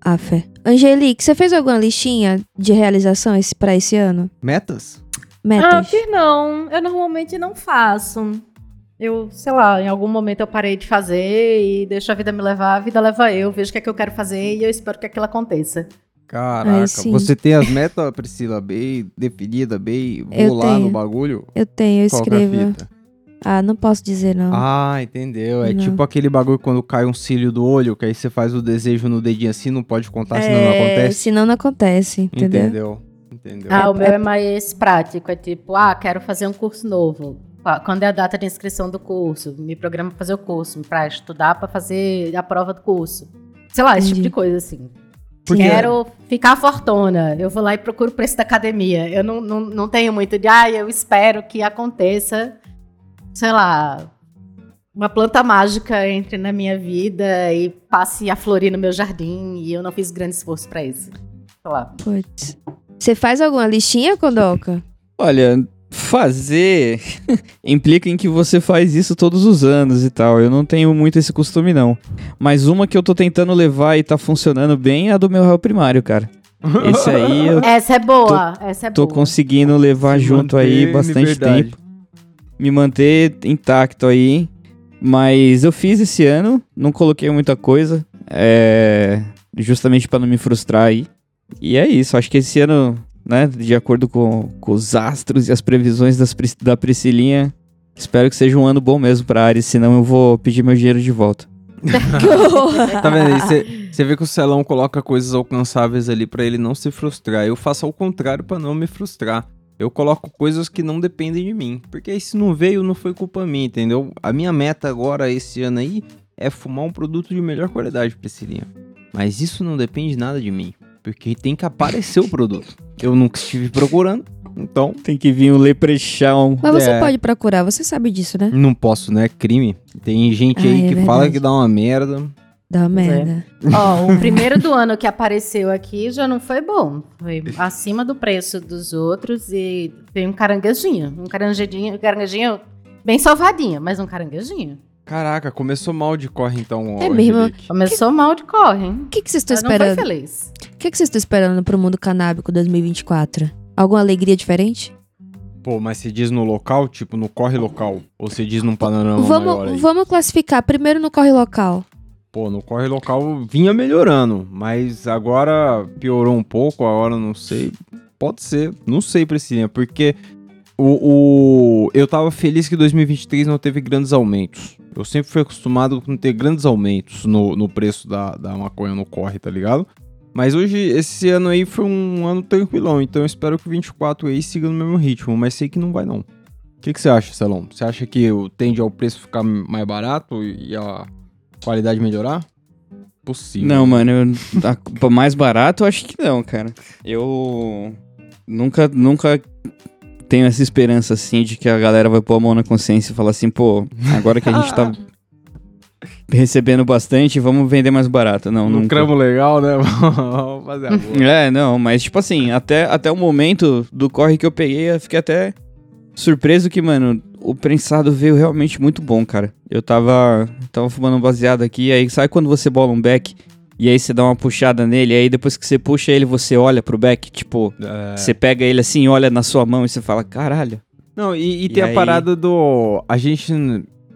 [SPEAKER 2] Ah, fé. Angelique, você fez alguma listinha de realização esse, pra esse ano?
[SPEAKER 4] Metas?
[SPEAKER 3] Ah,
[SPEAKER 2] Metas?
[SPEAKER 3] que não. Eu normalmente não faço. Eu, sei lá, em algum momento eu parei de fazer e deixo a vida me levar, a vida leva eu, vejo o que é que eu quero fazer e eu espero que aquilo aconteça.
[SPEAKER 4] Caraca,
[SPEAKER 2] Aí sim.
[SPEAKER 4] você tem as metas, Priscila, bem definida, bem vou
[SPEAKER 2] Eu
[SPEAKER 4] lá no
[SPEAKER 2] tenho.
[SPEAKER 4] bagulho?
[SPEAKER 2] Eu tenho, eu
[SPEAKER 4] Qual que é a
[SPEAKER 2] escrevo.
[SPEAKER 4] fita?
[SPEAKER 2] Ah, não posso dizer não.
[SPEAKER 4] Ah, entendeu. É
[SPEAKER 2] Não.
[SPEAKER 4] tipo aquele bagulho quando cai um cílio do olho, que aí você faz o desejo no dedinho assim, não pode contar, senão não
[SPEAKER 2] É,
[SPEAKER 4] acontece.
[SPEAKER 2] Senão não acontece, entendeu?
[SPEAKER 4] Entendeu? Entendeu.
[SPEAKER 3] Ah, o meu é mais prático, é tipo, ah, quero fazer um curso novo. Ah, Quando é a data de inscrição do curso? Me programa pra fazer o curso, pra estudar, pra fazer a prova do curso. Sei lá, esse tipo
[SPEAKER 2] Entendi.
[SPEAKER 3] de coisa, assim.
[SPEAKER 4] Porque-
[SPEAKER 3] Quero ficar fortuna. Eu vou lá e procuro o preço da academia. Eu não, não, não tenho muito de, ah, eu espero que aconteça, sei lá, uma planta mágica entre na minha vida e passe a florir no meu jardim. E eu não fiz grande esforço pra isso. lá.
[SPEAKER 2] Putz. Você faz alguma listinha, Kodoka?
[SPEAKER 1] Olha, fazer implica em que você faz isso todos os anos e tal. Eu não tenho muito esse costume, não. Mas uma que eu tô tentando levar e tá funcionando bem é a do meu réu primário, cara. Esse aí eu
[SPEAKER 3] Essa é boa, essa é
[SPEAKER 1] tô
[SPEAKER 3] boa.
[SPEAKER 1] conseguindo levar junto aí bastante tempo. me manter intacto aí. Mas eu fiz esse ano, não coloquei muita coisa, é, justamente pra não me frustrar aí. E é isso, acho que esse ano, né, de acordo com, com os astros e as previsões das Pris- da Priscilinha, espero que seja um ano bom mesmo pra Ares, senão eu vou pedir meu dinheiro de volta.
[SPEAKER 4] Tá vendo aí? Você- Você vê que o Celão coloca coisas alcançáveis ali pra ele não se frustrar. Eu faço ao contrário pra não me frustrar. Eu coloco coisas que não dependem de mim. Porque aí se não veio, não foi culpa minha, entendeu? A minha meta agora, esse ano aí, é fumar um produto de melhor qualidade, Priscilinha. Mas isso não depende nada de mim. Porque tem que aparecer o produto. Eu nunca estive procurando, então
[SPEAKER 1] Tem que vir o leprechaun.
[SPEAKER 2] Mas você
[SPEAKER 4] É.
[SPEAKER 2] pode procurar, você sabe disso, né?
[SPEAKER 4] não posso, né? Crime. Tem gente aí
[SPEAKER 2] Ah, é
[SPEAKER 4] que fala
[SPEAKER 2] verdade.
[SPEAKER 4] que dá uma merda.
[SPEAKER 2] Dá uma
[SPEAKER 3] Pois é.
[SPEAKER 2] merda.
[SPEAKER 3] Ó, o primeiro do ano que apareceu aqui já não foi bom. Foi acima do preço dos outros e tem um caranguejinho. Um caranguejinho, um caranguejinho bem salvadinho, mas um caranguejinho.
[SPEAKER 4] Caraca, começou mal de corre então.
[SPEAKER 2] É
[SPEAKER 4] ó,
[SPEAKER 2] mesmo.
[SPEAKER 4] Angelique.
[SPEAKER 3] Começou mal de corre, hein?
[SPEAKER 2] O que que vocês estão
[SPEAKER 4] Ah,
[SPEAKER 3] Mas não foi
[SPEAKER 2] esperando?
[SPEAKER 3] feliz.
[SPEAKER 2] O que que vocês estão esperando pro mundo canábico 2024? Alguma alegria diferente?
[SPEAKER 4] Pô, mas você diz no local, tipo, no corre local? Ou você diz num panorama maior aí?
[SPEAKER 2] vamos, vamos classificar primeiro no corre local.
[SPEAKER 4] Pô, no corre local vinha melhorando, mas agora piorou um pouco, agora eu não sei. Pode ser, não sei, Priscilinha, porque o, o- eu tava feliz que 2023 não teve grandes aumentos. Eu sempre fui acostumado com ter grandes aumentos no, no preço da, da maconha no corre, tá ligado? Mas hoje, esse ano aí foi um ano tranquilão, então eu espero que o 24 aí siga no mesmo ritmo, mas sei que não vai não. O que, que você acha, Celão? Você acha que o- tende ao preço ficar mais barato e a qualidade melhorar? Possível.
[SPEAKER 1] Não, mano, eu- a culpa mais barato eu acho que não, cara. Eu nunca, nunca tenho essa esperança assim de que a galera vai pôr a mão na consciência e falar assim, pô, agora que a gente tá recebendo bastante, vamos vender mais barato. Não,
[SPEAKER 4] Um
[SPEAKER 1] nunca.
[SPEAKER 4] cramo legal, né? Vamos fazer a boa.
[SPEAKER 1] É, não, mas tipo assim, até, até o momento do corre que eu peguei, eu fiquei até surpreso que, mano, o prensado veio realmente muito bom, cara. Eu tava, tava fumando um baseado aqui, aí sabe quando você bola um back e aí você dá uma puxada nele, aí depois que você puxa ele, você olha pro back, tipo,
[SPEAKER 4] É.
[SPEAKER 1] você pega ele assim, olha na sua mão e você fala, caralho.
[SPEAKER 4] Não, e, e
[SPEAKER 1] E
[SPEAKER 4] tem
[SPEAKER 1] aí?
[SPEAKER 4] a parada do. A gente.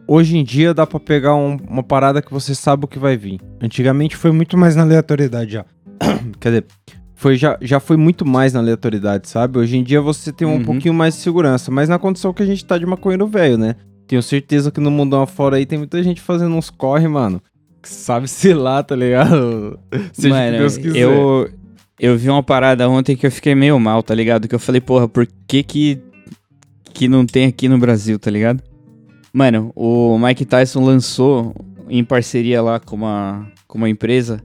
[SPEAKER 4] Hoje em dia dá pra pegar um- uma parada que você sabe o que vai vir. Antigamente foi muito mais na aleatoriedade já. Quer dizer, foi, já, já foi muito mais na aleatoriedade, sabe? Hoje em dia você tem um
[SPEAKER 1] Uhum.
[SPEAKER 4] pouquinho mais de segurança, mas na condição que a gente tá de maconheiro velho, né? Tenho certeza que no mundão afora aí tem muita gente fazendo uns corre, mano. Que sabe se lá, tá ligado? Seja o que
[SPEAKER 1] mano,
[SPEAKER 4] Deus quiser.
[SPEAKER 1] eu, eu vi uma parada ontem que eu fiquei meio mal, tá ligado? Que eu falei, porra, por que que, que não tem aqui no Brasil, tá ligado? Mano, o Mike Tyson lançou, em parceria lá com uma, com uma empresa,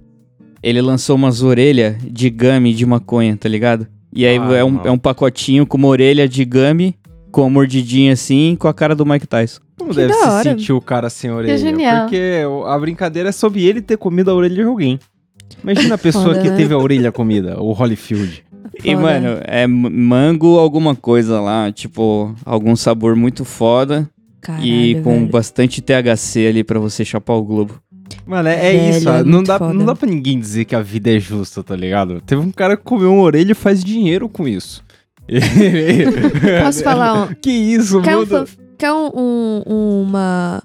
[SPEAKER 1] ele lançou umas orelhas de gummy de maconha, tá ligado? E aí
[SPEAKER 4] Ah,
[SPEAKER 1] é, um,
[SPEAKER 4] não.
[SPEAKER 1] é um pacotinho com uma orelha de gummy, com uma mordidinha assim, com a cara do Mike Tyson.
[SPEAKER 4] Como
[SPEAKER 2] Que
[SPEAKER 4] deve
[SPEAKER 2] da
[SPEAKER 4] se
[SPEAKER 2] hora.
[SPEAKER 4] sentir o cara sem orelha?
[SPEAKER 3] genial.
[SPEAKER 4] Porque o- a brincadeira é sobre ele ter comido a orelha de alguém. Imagina a pessoa
[SPEAKER 2] Foda,
[SPEAKER 4] que
[SPEAKER 2] né?
[SPEAKER 4] teve a orelha comida, o Holyfield.
[SPEAKER 1] E,
[SPEAKER 2] Foda.
[SPEAKER 1] mano, é m- mango alguma coisa lá, tipo, algum sabor muito foda.
[SPEAKER 2] Caralho,
[SPEAKER 1] e com
[SPEAKER 2] velho.
[SPEAKER 1] bastante THC ali pra você chapar o globo.
[SPEAKER 4] Mano, é, é
[SPEAKER 2] Velho,
[SPEAKER 4] isso.
[SPEAKER 2] é
[SPEAKER 4] ó. não,
[SPEAKER 2] muito
[SPEAKER 4] dá,
[SPEAKER 2] foda.
[SPEAKER 4] não dá pra ninguém dizer que a vida é justa, tá ligado? Teve um cara que comeu uma orelha e faz dinheiro com isso.
[SPEAKER 2] Posso falar um...
[SPEAKER 4] que isso,
[SPEAKER 2] Quer, um,
[SPEAKER 4] meu Deus.
[SPEAKER 2] fan- quer um- um- uma,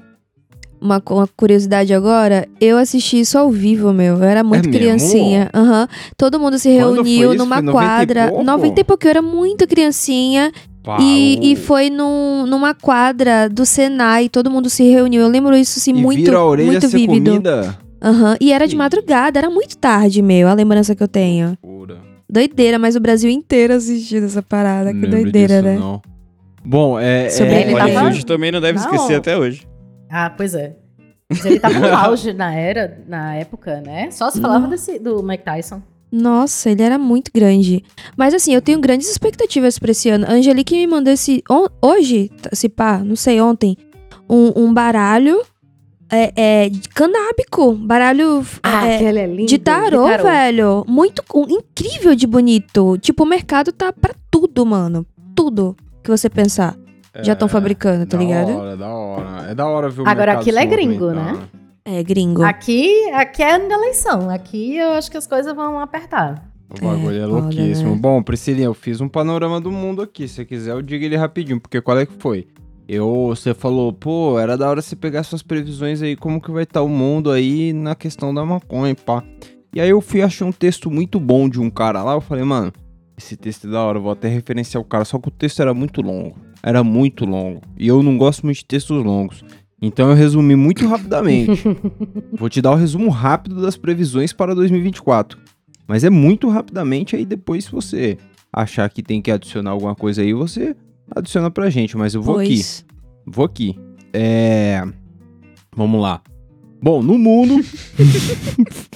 [SPEAKER 2] uma, co- uma curiosidade agora? Eu assisti isso ao vivo, meu. Eu era muito
[SPEAKER 4] É mesmo?
[SPEAKER 2] criancinha. Aham. Todo mundo se
[SPEAKER 4] Quando foi
[SPEAKER 2] reuniu
[SPEAKER 4] isso?
[SPEAKER 2] numa
[SPEAKER 4] Foi 90 e
[SPEAKER 2] quadra.
[SPEAKER 4] pouco?
[SPEAKER 2] 90 e pouco, eu era muito criancinha.
[SPEAKER 4] Pá, Ah, o-
[SPEAKER 2] E, e foi num- numa quadra do Senai, todo mundo se reuniu. Eu lembro isso assim,
[SPEAKER 4] e
[SPEAKER 2] muito,
[SPEAKER 4] vira a orelha
[SPEAKER 2] muito
[SPEAKER 4] ser
[SPEAKER 2] vívido.
[SPEAKER 4] comida.
[SPEAKER 2] Aham. E era de
[SPEAKER 4] Ih.
[SPEAKER 2] madrugada, era muito tarde, meu, a lembrança que eu tenho.
[SPEAKER 4] Pura.
[SPEAKER 2] Doideira, mas o Brasil inteiro assistindo essa parada. Que
[SPEAKER 4] Não lembro
[SPEAKER 2] doideira,
[SPEAKER 4] disso,
[SPEAKER 2] né?
[SPEAKER 4] não. Bom, é...
[SPEAKER 2] Sobre
[SPEAKER 4] é-
[SPEAKER 3] ele tá
[SPEAKER 1] Olha,
[SPEAKER 3] tava-
[SPEAKER 1] a gente também não deve
[SPEAKER 3] Não.
[SPEAKER 1] esquecer até hoje.
[SPEAKER 3] Ah, pois é. Mas ele tava no auge na era, na época, né? Só se falava desse, do Mike Tyson.
[SPEAKER 2] Nossa, ele era muito grande. Mas assim, eu tenho grandes expectativas pra esse ano. A Angelique me tá, mandou esse. on- hoje, se pá, não sei, ontem. Um, um baralho. é, é, de canábico, baralho
[SPEAKER 3] Ah,
[SPEAKER 2] é,
[SPEAKER 3] aquele é lindo.
[SPEAKER 2] de tarô, velho. Muito co- incrível de bonito. Tipo, o mercado tá pra tudo, mano. Tudo que você pensar. Já
[SPEAKER 4] É,
[SPEAKER 2] estão fabricando, tá
[SPEAKER 4] Da
[SPEAKER 2] ligado?
[SPEAKER 4] hora, da hora. É da hora ver o
[SPEAKER 3] Agora,
[SPEAKER 4] mercado
[SPEAKER 3] aquilo
[SPEAKER 4] se
[SPEAKER 3] é gringo,
[SPEAKER 4] movimentar,
[SPEAKER 3] né?
[SPEAKER 2] É, gringo.
[SPEAKER 3] Aqui, aqui é na eleição. Aqui eu acho que as coisas vão apertar.
[SPEAKER 4] O bagulho é,
[SPEAKER 2] É,
[SPEAKER 4] louquíssimo.
[SPEAKER 2] olha, né?
[SPEAKER 4] Bom, Priscilinha, eu fiz um panorama do mundo aqui. Se você quiser, eu digo ele rapidinho, porque qual é que foi? Eu, você falou, pô, era da hora você pegar suas previsões aí, como que vai estar o mundo aí na questão da maconha, e pá. E aí eu fui achar um texto muito bom de um cara lá, eu falei, mano, esse texto é da hora, eu vou até referenciar o cara, só que o texto era muito longo. Era muito longo. E eu não gosto muito de textos longos. Então eu resumi muito rapidamente. Vou te dar o resumo rápido das previsões para 2024. Mas é muito rapidamente, aí depois se você achar que tem que adicionar alguma coisa aí, você adiciona pra gente. Mas eu vou aqui.
[SPEAKER 2] Pois.
[SPEAKER 4] Vou aqui. É. Vamos lá. Bom, no mundo.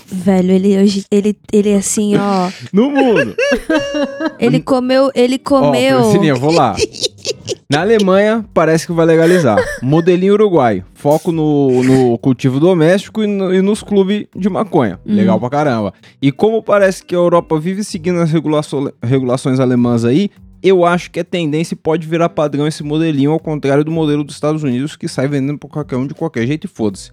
[SPEAKER 2] Velho, ele hoje. Ele, ele assim, ó.
[SPEAKER 4] No mundo!
[SPEAKER 2] ele comeu. Ele
[SPEAKER 4] Ó,
[SPEAKER 2] comeu.
[SPEAKER 4] Priscilinha, vou lá. Na Alemanha, parece que vai legalizar. Modelinho uruguaio. Foco no, no cultivo doméstico e, no- e nos clubes de maconha.
[SPEAKER 2] Hum.
[SPEAKER 4] Legal pra caramba. E como parece que a Europa vive seguindo as regulaço- regulações alemãs aí, eu acho que é tendência e pode virar padrão esse modelinho, ao contrário do modelo dos Estados Unidos, que sai vendendo pra qualquer um de qualquer jeito e foda-se.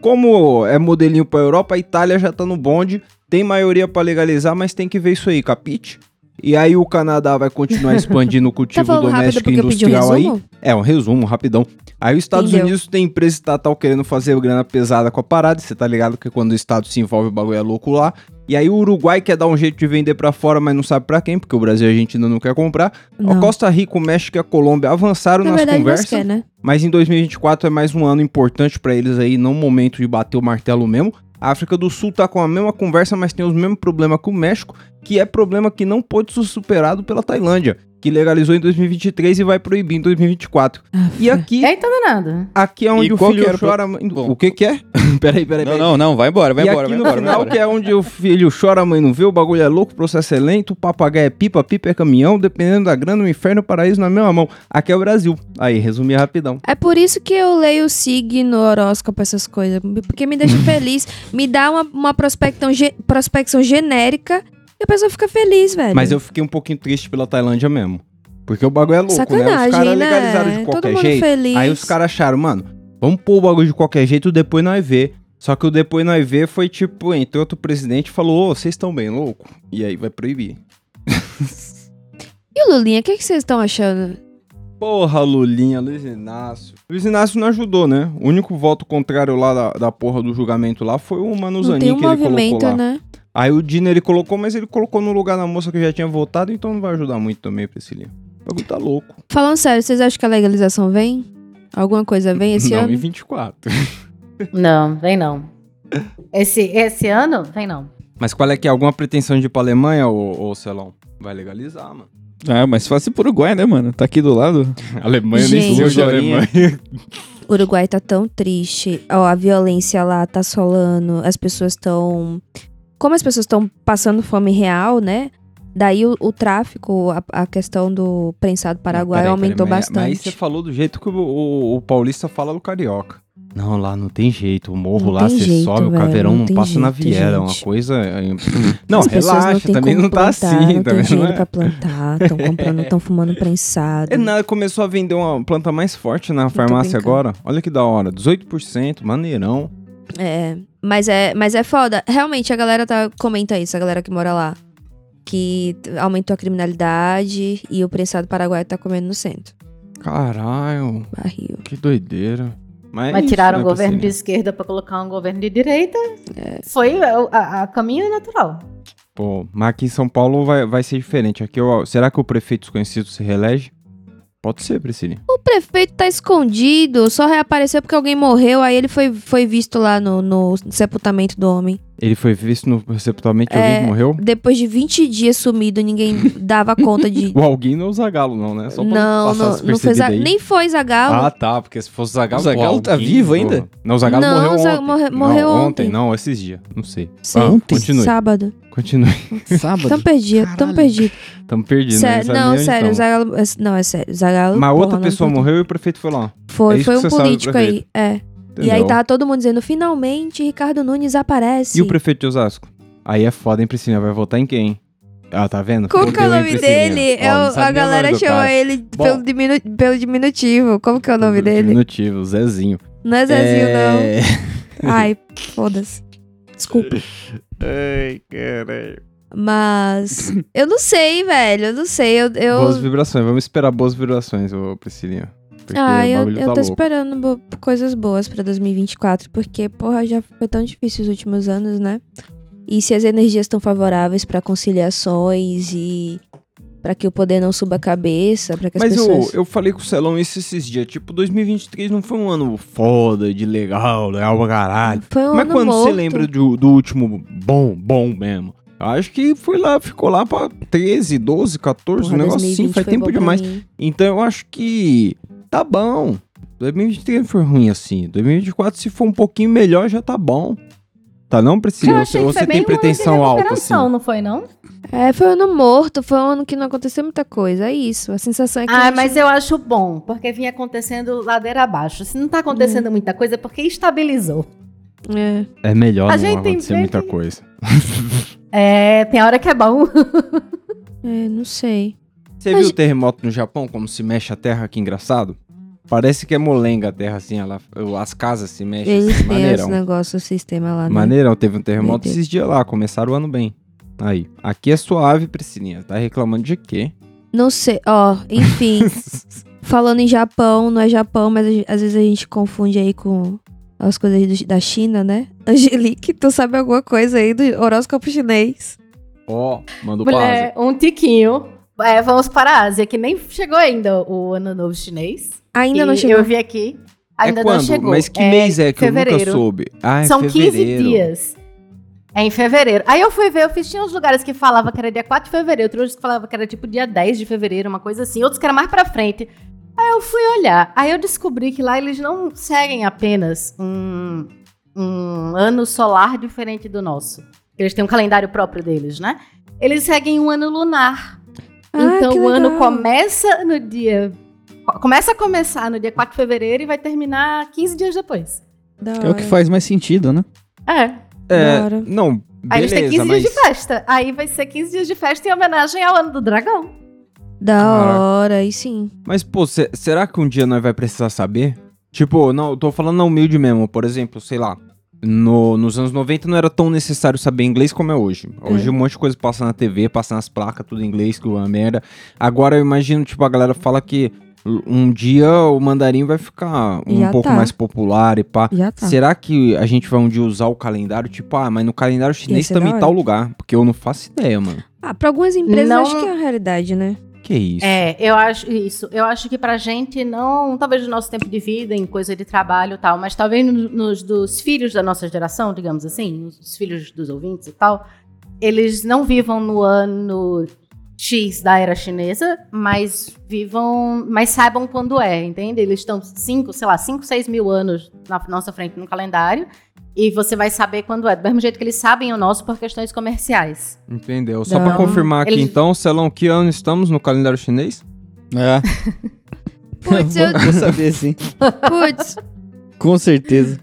[SPEAKER 4] Como é modelinho pra Europa, a Itália já tá no bonde, tem maioria pra legalizar, mas tem que ver isso aí, capite? E aí o Canadá vai continuar expandindo o
[SPEAKER 2] Tá
[SPEAKER 4] cultivo
[SPEAKER 2] falando rápido
[SPEAKER 4] doméstico e
[SPEAKER 2] porque eu pedi um
[SPEAKER 4] industrial aí.
[SPEAKER 2] resumo?
[SPEAKER 4] É, um resumo, rapidão. Aí os Estados
[SPEAKER 2] Entendeu.
[SPEAKER 4] Unidos tem empresa estatal querendo fazer grana pesada com a parada, você tá ligado que quando o Estado se envolve o bagulho é louco lá. E aí o Uruguai quer dar um jeito de vender pra fora, mas não sabe pra quem, porque o Brasil e a Argentina não quer comprar. A
[SPEAKER 2] Não.
[SPEAKER 4] Costa Rica, o México e a Colômbia avançaram
[SPEAKER 2] Na
[SPEAKER 4] nas
[SPEAKER 2] verdade, nós
[SPEAKER 4] conversas.
[SPEAKER 2] quer, né?
[SPEAKER 4] Mas em 2024 é mais um ano importante pra eles aí, não momento de bater o martelo mesmo. A África do Sul tá com a mesma conversa, mas tem os mesmos problemas que o México, que é problema que não pôde ser superado pela Tailândia, que legalizou em 2023 e vai proibir em 2024.
[SPEAKER 2] Ah,
[SPEAKER 4] E aqui,
[SPEAKER 3] É, então não é nada.
[SPEAKER 4] aqui é onde
[SPEAKER 1] E
[SPEAKER 4] o
[SPEAKER 1] qual
[SPEAKER 4] filho
[SPEAKER 1] que era o
[SPEAKER 4] chora. a mãe- O que que é? peraí, peraí,
[SPEAKER 1] Não,
[SPEAKER 4] peraí.
[SPEAKER 1] não, não, vai embora, vai
[SPEAKER 4] e
[SPEAKER 1] embora,
[SPEAKER 4] aqui
[SPEAKER 1] vai
[SPEAKER 4] no
[SPEAKER 1] embora. vai
[SPEAKER 4] final,
[SPEAKER 1] embora.
[SPEAKER 4] que é onde o filho chora, a mãe não vê, o bagulho é louco, o processo é lento, o papagaio é pipa, pipa é caminhão, dependendo da grana, o inferno, o paraíso na mesma mão. Aqui é o Brasil. Aí, resumi rapidão.
[SPEAKER 2] É por isso que eu leio signo, horóscopo, essas coisas. Porque me deixa feliz. Me dá uma, uma prospecção, ge- prospecção genérica e a pessoa fica feliz, velho.
[SPEAKER 4] Mas eu fiquei um pouquinho triste pela Tailândia mesmo. Porque o bagulho é louco, né? Os
[SPEAKER 2] Sacanagem,
[SPEAKER 4] caras
[SPEAKER 2] né?
[SPEAKER 4] legalizaram de
[SPEAKER 2] Todo
[SPEAKER 4] qualquer
[SPEAKER 2] mundo
[SPEAKER 4] jeito.
[SPEAKER 2] feliz.
[SPEAKER 4] Aí os caras acharam, mano, vamos pôr o bagulho de qualquer jeito, depois nós vê. Só que o depois nós vê foi tipo, entrou outro presidente e falou, ô, vocês estão bem louco? E aí vai proibir.
[SPEAKER 2] E o Lulinha, o que que vocês estão achando?
[SPEAKER 4] Porra, Lulinha, Luiz Inácio. Luiz Inácio não ajudou, né? O único voto contrário lá da, da porra do julgamento lá foi o
[SPEAKER 2] Não
[SPEAKER 4] Manuzanin
[SPEAKER 2] tem um
[SPEAKER 4] que ele colocou
[SPEAKER 2] movimento,
[SPEAKER 4] lá.
[SPEAKER 2] né?
[SPEAKER 4] Aí o Dino ele colocou, mas ele colocou no lugar da moça que já tinha votado, então não vai ajudar muito também, Priscilinha. O bagulho tá louco.
[SPEAKER 2] Falando sério, vocês acham que a legalização vem? Alguma coisa vem esse
[SPEAKER 4] não, em
[SPEAKER 2] ano?
[SPEAKER 4] 24.
[SPEAKER 3] Não, vem não. Esse, esse ano, vem não.
[SPEAKER 4] Mas qual é que é? Alguma pretensão de ir pra Alemanha, ou, ou Celão? Vai legalizar, mano.
[SPEAKER 1] Ah, mas fácil pro Uruguai, né, mano? Tá aqui do lado.
[SPEAKER 4] Alemanha
[SPEAKER 2] eu nem Gente.
[SPEAKER 1] sei onde é a Alemanha.
[SPEAKER 2] O Uruguai tá tão triste. Ó, a violência lá tá solando. As pessoas estão. Como as pessoas estão passando fome real, né? Daí o, o tráfico, a, a questão do prensado paraguai aumentou bastante.
[SPEAKER 4] Mas, aí você falou do jeito que o, o- o paulista fala do carioca. Não, lá não tem jeito. O morro
[SPEAKER 2] Não
[SPEAKER 4] lá
[SPEAKER 2] tem
[SPEAKER 4] você
[SPEAKER 2] jeito,
[SPEAKER 4] sobe, o
[SPEAKER 2] velho,
[SPEAKER 4] caveirão não,
[SPEAKER 2] não tem
[SPEAKER 4] passa na
[SPEAKER 2] jeito,
[SPEAKER 4] viela. é Uma
[SPEAKER 2] gente.
[SPEAKER 4] coisa. é- Não,
[SPEAKER 2] As pessoas
[SPEAKER 4] relaxa,
[SPEAKER 2] têm
[SPEAKER 4] também
[SPEAKER 2] como
[SPEAKER 4] não tá
[SPEAKER 2] plantar,
[SPEAKER 4] assim.
[SPEAKER 2] Não
[SPEAKER 4] também
[SPEAKER 2] tem
[SPEAKER 4] não
[SPEAKER 2] dinheiro
[SPEAKER 4] é?
[SPEAKER 2] pra plantar, estão comprando, estão fumando prensado.
[SPEAKER 4] É nada, começou a vender uma planta mais forte na farmácia
[SPEAKER 2] brincando.
[SPEAKER 4] agora. Olha que da hora. 18%, maneirão.
[SPEAKER 2] É, mas é, mas é foda. Realmente, a galera tá, comenta isso, a galera que mora lá. Que t- aumentou a criminalidade e o prensado paraguai tá comendo no centro.
[SPEAKER 4] Caralho,
[SPEAKER 2] Barril.
[SPEAKER 4] que doideira. Mas,
[SPEAKER 3] Mas
[SPEAKER 4] isso,
[SPEAKER 3] tiraram
[SPEAKER 4] né,
[SPEAKER 3] o governo de
[SPEAKER 4] Priscila?
[SPEAKER 3] esquerda pra colocar um governo de direita. Foi o a, a caminho natural.
[SPEAKER 4] Pô, mas aqui em São Paulo vai, vai ser diferente. Aqui, ó, será que o prefeito desconhecido se reelege? Pode ser, Priscilinha.
[SPEAKER 2] O prefeito tá escondido, só reapareceu porque alguém morreu, aí ele foi, foi visto lá no, no sepultamento do homem.
[SPEAKER 4] Ele foi visto no receptamento de
[SPEAKER 2] É.
[SPEAKER 4] alguém que morreu?
[SPEAKER 2] Depois de 20 dias sumido, ninguém dava conta de.
[SPEAKER 4] O alguém não é o Zagalo, não, né? Só pra
[SPEAKER 2] não,
[SPEAKER 4] passar
[SPEAKER 2] não, não foi
[SPEAKER 4] despercebido
[SPEAKER 2] Za-
[SPEAKER 4] aí.
[SPEAKER 2] nem foi Zagalo.
[SPEAKER 4] Ah, tá, porque se fosse o Zagalo...
[SPEAKER 1] O Zagallo
[SPEAKER 4] pô,
[SPEAKER 1] tá
[SPEAKER 4] alguém,
[SPEAKER 1] vivo
[SPEAKER 4] pô.
[SPEAKER 1] ainda?
[SPEAKER 4] Não, o Zagalo
[SPEAKER 2] Não,
[SPEAKER 4] morreu
[SPEAKER 2] o
[SPEAKER 4] ontem.
[SPEAKER 2] Zaga- morre- morreu
[SPEAKER 4] não,
[SPEAKER 2] ontem.
[SPEAKER 4] Não, esses dias, não sei.
[SPEAKER 2] Sim.
[SPEAKER 4] Ah, continue.
[SPEAKER 2] Sábado.
[SPEAKER 4] Continue.
[SPEAKER 1] Sábado.
[SPEAKER 2] Tão perdido, tão
[SPEAKER 1] Caralho.
[SPEAKER 2] perdido.
[SPEAKER 4] Tamo perdidos, né?
[SPEAKER 2] Sério,
[SPEAKER 4] Sabe nem
[SPEAKER 2] não,
[SPEAKER 4] onde
[SPEAKER 2] sério, o
[SPEAKER 4] tamo.
[SPEAKER 2] Zagalo. Não, é sério. Zagalo.
[SPEAKER 4] Mas
[SPEAKER 2] porra,
[SPEAKER 4] outra
[SPEAKER 2] não
[SPEAKER 4] pessoa
[SPEAKER 2] importa.
[SPEAKER 4] morreu e o prefeito foi lá. É
[SPEAKER 2] Foi,
[SPEAKER 4] isso
[SPEAKER 2] foi
[SPEAKER 4] que
[SPEAKER 2] um
[SPEAKER 4] você sabe do
[SPEAKER 2] político aí. É. E aí
[SPEAKER 4] Entendeu?
[SPEAKER 2] tava todo mundo dizendo, finalmente Ricardo Nunes aparece.
[SPEAKER 4] E o prefeito de Osasco? Aí é foda, hein, Priscilinha? Vai votar em quem? Ah, tá vendo?
[SPEAKER 2] Como que é o
[SPEAKER 4] Fudeu, hein,
[SPEAKER 2] nome
[SPEAKER 4] Priscilinha?
[SPEAKER 2] dele?
[SPEAKER 4] Ó,
[SPEAKER 2] É
[SPEAKER 4] não
[SPEAKER 2] o-
[SPEAKER 4] sabe
[SPEAKER 2] a
[SPEAKER 4] nem o nome
[SPEAKER 2] galera
[SPEAKER 4] do
[SPEAKER 2] chama
[SPEAKER 4] cara.
[SPEAKER 2] ele
[SPEAKER 4] Bom.
[SPEAKER 2] pelo, diminu- pelo diminutivo. Como que é o nome dele?
[SPEAKER 4] Diminutivo, Zezinho.
[SPEAKER 2] Não é Zezinho,
[SPEAKER 4] É...
[SPEAKER 2] não. Ai, foda-se. Desculpa.
[SPEAKER 4] Ai, caralho.
[SPEAKER 2] Mas. Eu não sei, velho. Eu não sei. Eu. eu...
[SPEAKER 4] Boas vibrações, vamos esperar boas vibrações, ô Priscilinha. Porque
[SPEAKER 2] Ah,
[SPEAKER 4] o
[SPEAKER 2] eu,
[SPEAKER 4] bagulho
[SPEAKER 2] eu
[SPEAKER 4] tá
[SPEAKER 2] tô
[SPEAKER 4] louco.
[SPEAKER 2] esperando bo- coisas boas pra 2024, porque, porra, já foi tão difícil os últimos anos, né? E se as energias estão favoráveis pra conciliações e pra que o poder não suba a cabeça, pra que as
[SPEAKER 4] Mas eu,
[SPEAKER 2] pessoas.
[SPEAKER 4] eu falei com o Celão isso esses dias. Tipo, 2023 não foi um ano foda, de legal, legal pra caralho.
[SPEAKER 2] Foi um
[SPEAKER 4] Mas
[SPEAKER 2] ano
[SPEAKER 4] quando você
[SPEAKER 2] morto.
[SPEAKER 4] lembra do, do último bom, bom mesmo? Eu Acho que foi lá, ficou lá pra 13, 12, 14,
[SPEAKER 2] Porra,
[SPEAKER 4] um negócio assim,
[SPEAKER 2] 2020 foi
[SPEAKER 4] faz
[SPEAKER 2] bom
[SPEAKER 4] tempo
[SPEAKER 2] pra
[SPEAKER 4] demais.
[SPEAKER 2] mim.
[SPEAKER 4] Então eu acho que tá bom. 2023 não foi ruim assim. 2024, se for um pouquinho melhor, já tá bom. Tá não, Priscila?
[SPEAKER 5] Eu
[SPEAKER 4] Ou
[SPEAKER 5] achei
[SPEAKER 4] você-
[SPEAKER 5] que
[SPEAKER 4] ou
[SPEAKER 5] foi
[SPEAKER 4] você
[SPEAKER 5] bem
[SPEAKER 4] tem
[SPEAKER 5] longe de
[SPEAKER 4] pretensão alta, assim?
[SPEAKER 5] recuperação, não foi, não?
[SPEAKER 2] É, foi um ano morto, foi um ano que não aconteceu muita coisa. É isso. A sensação é que. a
[SPEAKER 3] Ah,
[SPEAKER 2] gente-
[SPEAKER 3] mas eu acho bom, porque vinha acontecendo ladeira abaixo. Se não tá
[SPEAKER 2] Uhum.
[SPEAKER 3] acontecendo muita coisa, é porque estabilizou.
[SPEAKER 2] É.
[SPEAKER 4] É melhor
[SPEAKER 3] A
[SPEAKER 4] não
[SPEAKER 3] gente tem
[SPEAKER 4] acontecer
[SPEAKER 3] bem
[SPEAKER 4] muita
[SPEAKER 3] que-
[SPEAKER 4] coisa.
[SPEAKER 3] É, tem hora que é bom.
[SPEAKER 2] É, não sei.
[SPEAKER 4] Você viu o terremoto no Japão, como se mexe a terra? Que engraçado. Parece que é molenga a terra, assim. Ela, as casas se mexem.
[SPEAKER 2] Eles
[SPEAKER 4] Assim,
[SPEAKER 2] têm esse
[SPEAKER 4] maneirão.
[SPEAKER 2] negócio, o sistema lá. Né?
[SPEAKER 4] Maneirão, teve um terremoto
[SPEAKER 2] Meu Deus.
[SPEAKER 4] esses dias lá, começaram o ano bem. Aí, aqui é suave, Priscilinha. Tá reclamando de quê?
[SPEAKER 2] Não sei, ó, enfim. falando em Japão, não é Japão, mas a gen- às vezes a gente confunde aí com as coisas do- da China, né? Angelique, tu sabe alguma coisa aí do horóscopo chinês?
[SPEAKER 4] Ó, mandou pra
[SPEAKER 3] Mulher, um tiquinho. É, vamos para a Ásia, que nem chegou ainda o ano novo chinês.
[SPEAKER 2] Ainda
[SPEAKER 3] E
[SPEAKER 2] não chegou.
[SPEAKER 3] Eu vi aqui. Ainda
[SPEAKER 4] é
[SPEAKER 3] não
[SPEAKER 4] quando?
[SPEAKER 3] chegou.
[SPEAKER 4] Mas que mês é que eu nunca
[SPEAKER 3] fevereiro.
[SPEAKER 4] soube? Ah, é
[SPEAKER 3] São
[SPEAKER 4] fevereiro.
[SPEAKER 3] 15 dias. É em fevereiro. Aí eu fui ver, eu fiz, tinha uns lugares que falava que era dia 4 de fevereiro, outros que falava que era tipo dia 10 de fevereiro, uma coisa assim, outros que era mais pra frente. Aí eu fui olhar. Aí eu descobri que lá eles não seguem apenas um, um ano solar diferente do nosso. Eles têm um calendário próprio deles, né? Eles seguem um ano lunar.
[SPEAKER 2] Ah,
[SPEAKER 3] Então
[SPEAKER 2] que
[SPEAKER 3] o ano
[SPEAKER 2] legal.
[SPEAKER 3] começa no dia. Começa a começar no dia 4 de fevereiro e vai terminar 15 dias depois.
[SPEAKER 2] Da
[SPEAKER 1] É o que
[SPEAKER 2] hora.
[SPEAKER 1] faz mais sentido, né?
[SPEAKER 3] É.
[SPEAKER 4] É,
[SPEAKER 2] Da hora.
[SPEAKER 4] não,
[SPEAKER 3] Aí eles
[SPEAKER 4] beleza,
[SPEAKER 3] têm 15
[SPEAKER 4] mas...
[SPEAKER 3] dias de festa. Aí vai ser 15 dias de festa em homenagem ao ano do dragão.
[SPEAKER 2] Da hora, aí sim.
[SPEAKER 4] Mas, pô, se- será que um dia nós vai precisar saber? Tipo, não, eu tô falando na humilde mesmo. Por exemplo, sei lá, no- nos anos 90 não era tão necessário saber inglês como é hoje. Hoje um monte de coisa passa na TV, passa nas placas, tudo em inglês, que é uma merda. Agora eu imagino, tipo, a galera fala que l- um dia o mandarim vai ficar um
[SPEAKER 2] Já
[SPEAKER 4] pouco
[SPEAKER 2] tá.
[SPEAKER 4] mais popular e pá.
[SPEAKER 2] Já tá.
[SPEAKER 4] Será que a gente vai um dia usar o calendário? Tipo, ah, mas no calendário chinês
[SPEAKER 2] ser
[SPEAKER 4] também
[SPEAKER 2] da hora.
[SPEAKER 4] tá tal lugar. Porque eu não faço ideia, mano.
[SPEAKER 2] Ah, pra algumas empresas
[SPEAKER 3] Não-
[SPEAKER 2] acho que é a realidade, né?
[SPEAKER 4] Que isso?
[SPEAKER 3] É, eu acho isso. Eu acho que pra gente não, talvez no nosso tempo de vida, em coisa de trabalho e tal, mas talvez no- nos dos filhos da nossa geração, digamos assim, os filhos dos ouvintes e tal, eles não vivam no ano X da era chinesa, mas vivam, mas saibam quando é, entende? Eles estão 5, sei lá, 5, 6 mil anos na nossa frente no calendário, e você vai saber quando é, do mesmo jeito que eles sabem o nosso por questões comerciais.
[SPEAKER 4] Entendeu? Só
[SPEAKER 2] Não.
[SPEAKER 4] pra confirmar aqui,
[SPEAKER 3] Eles-
[SPEAKER 4] então, Celão, que ano estamos no calendário chinês?
[SPEAKER 1] É.
[SPEAKER 2] Putz, eu-
[SPEAKER 1] vou, vou saber sim.
[SPEAKER 2] Putz,
[SPEAKER 1] Com certeza.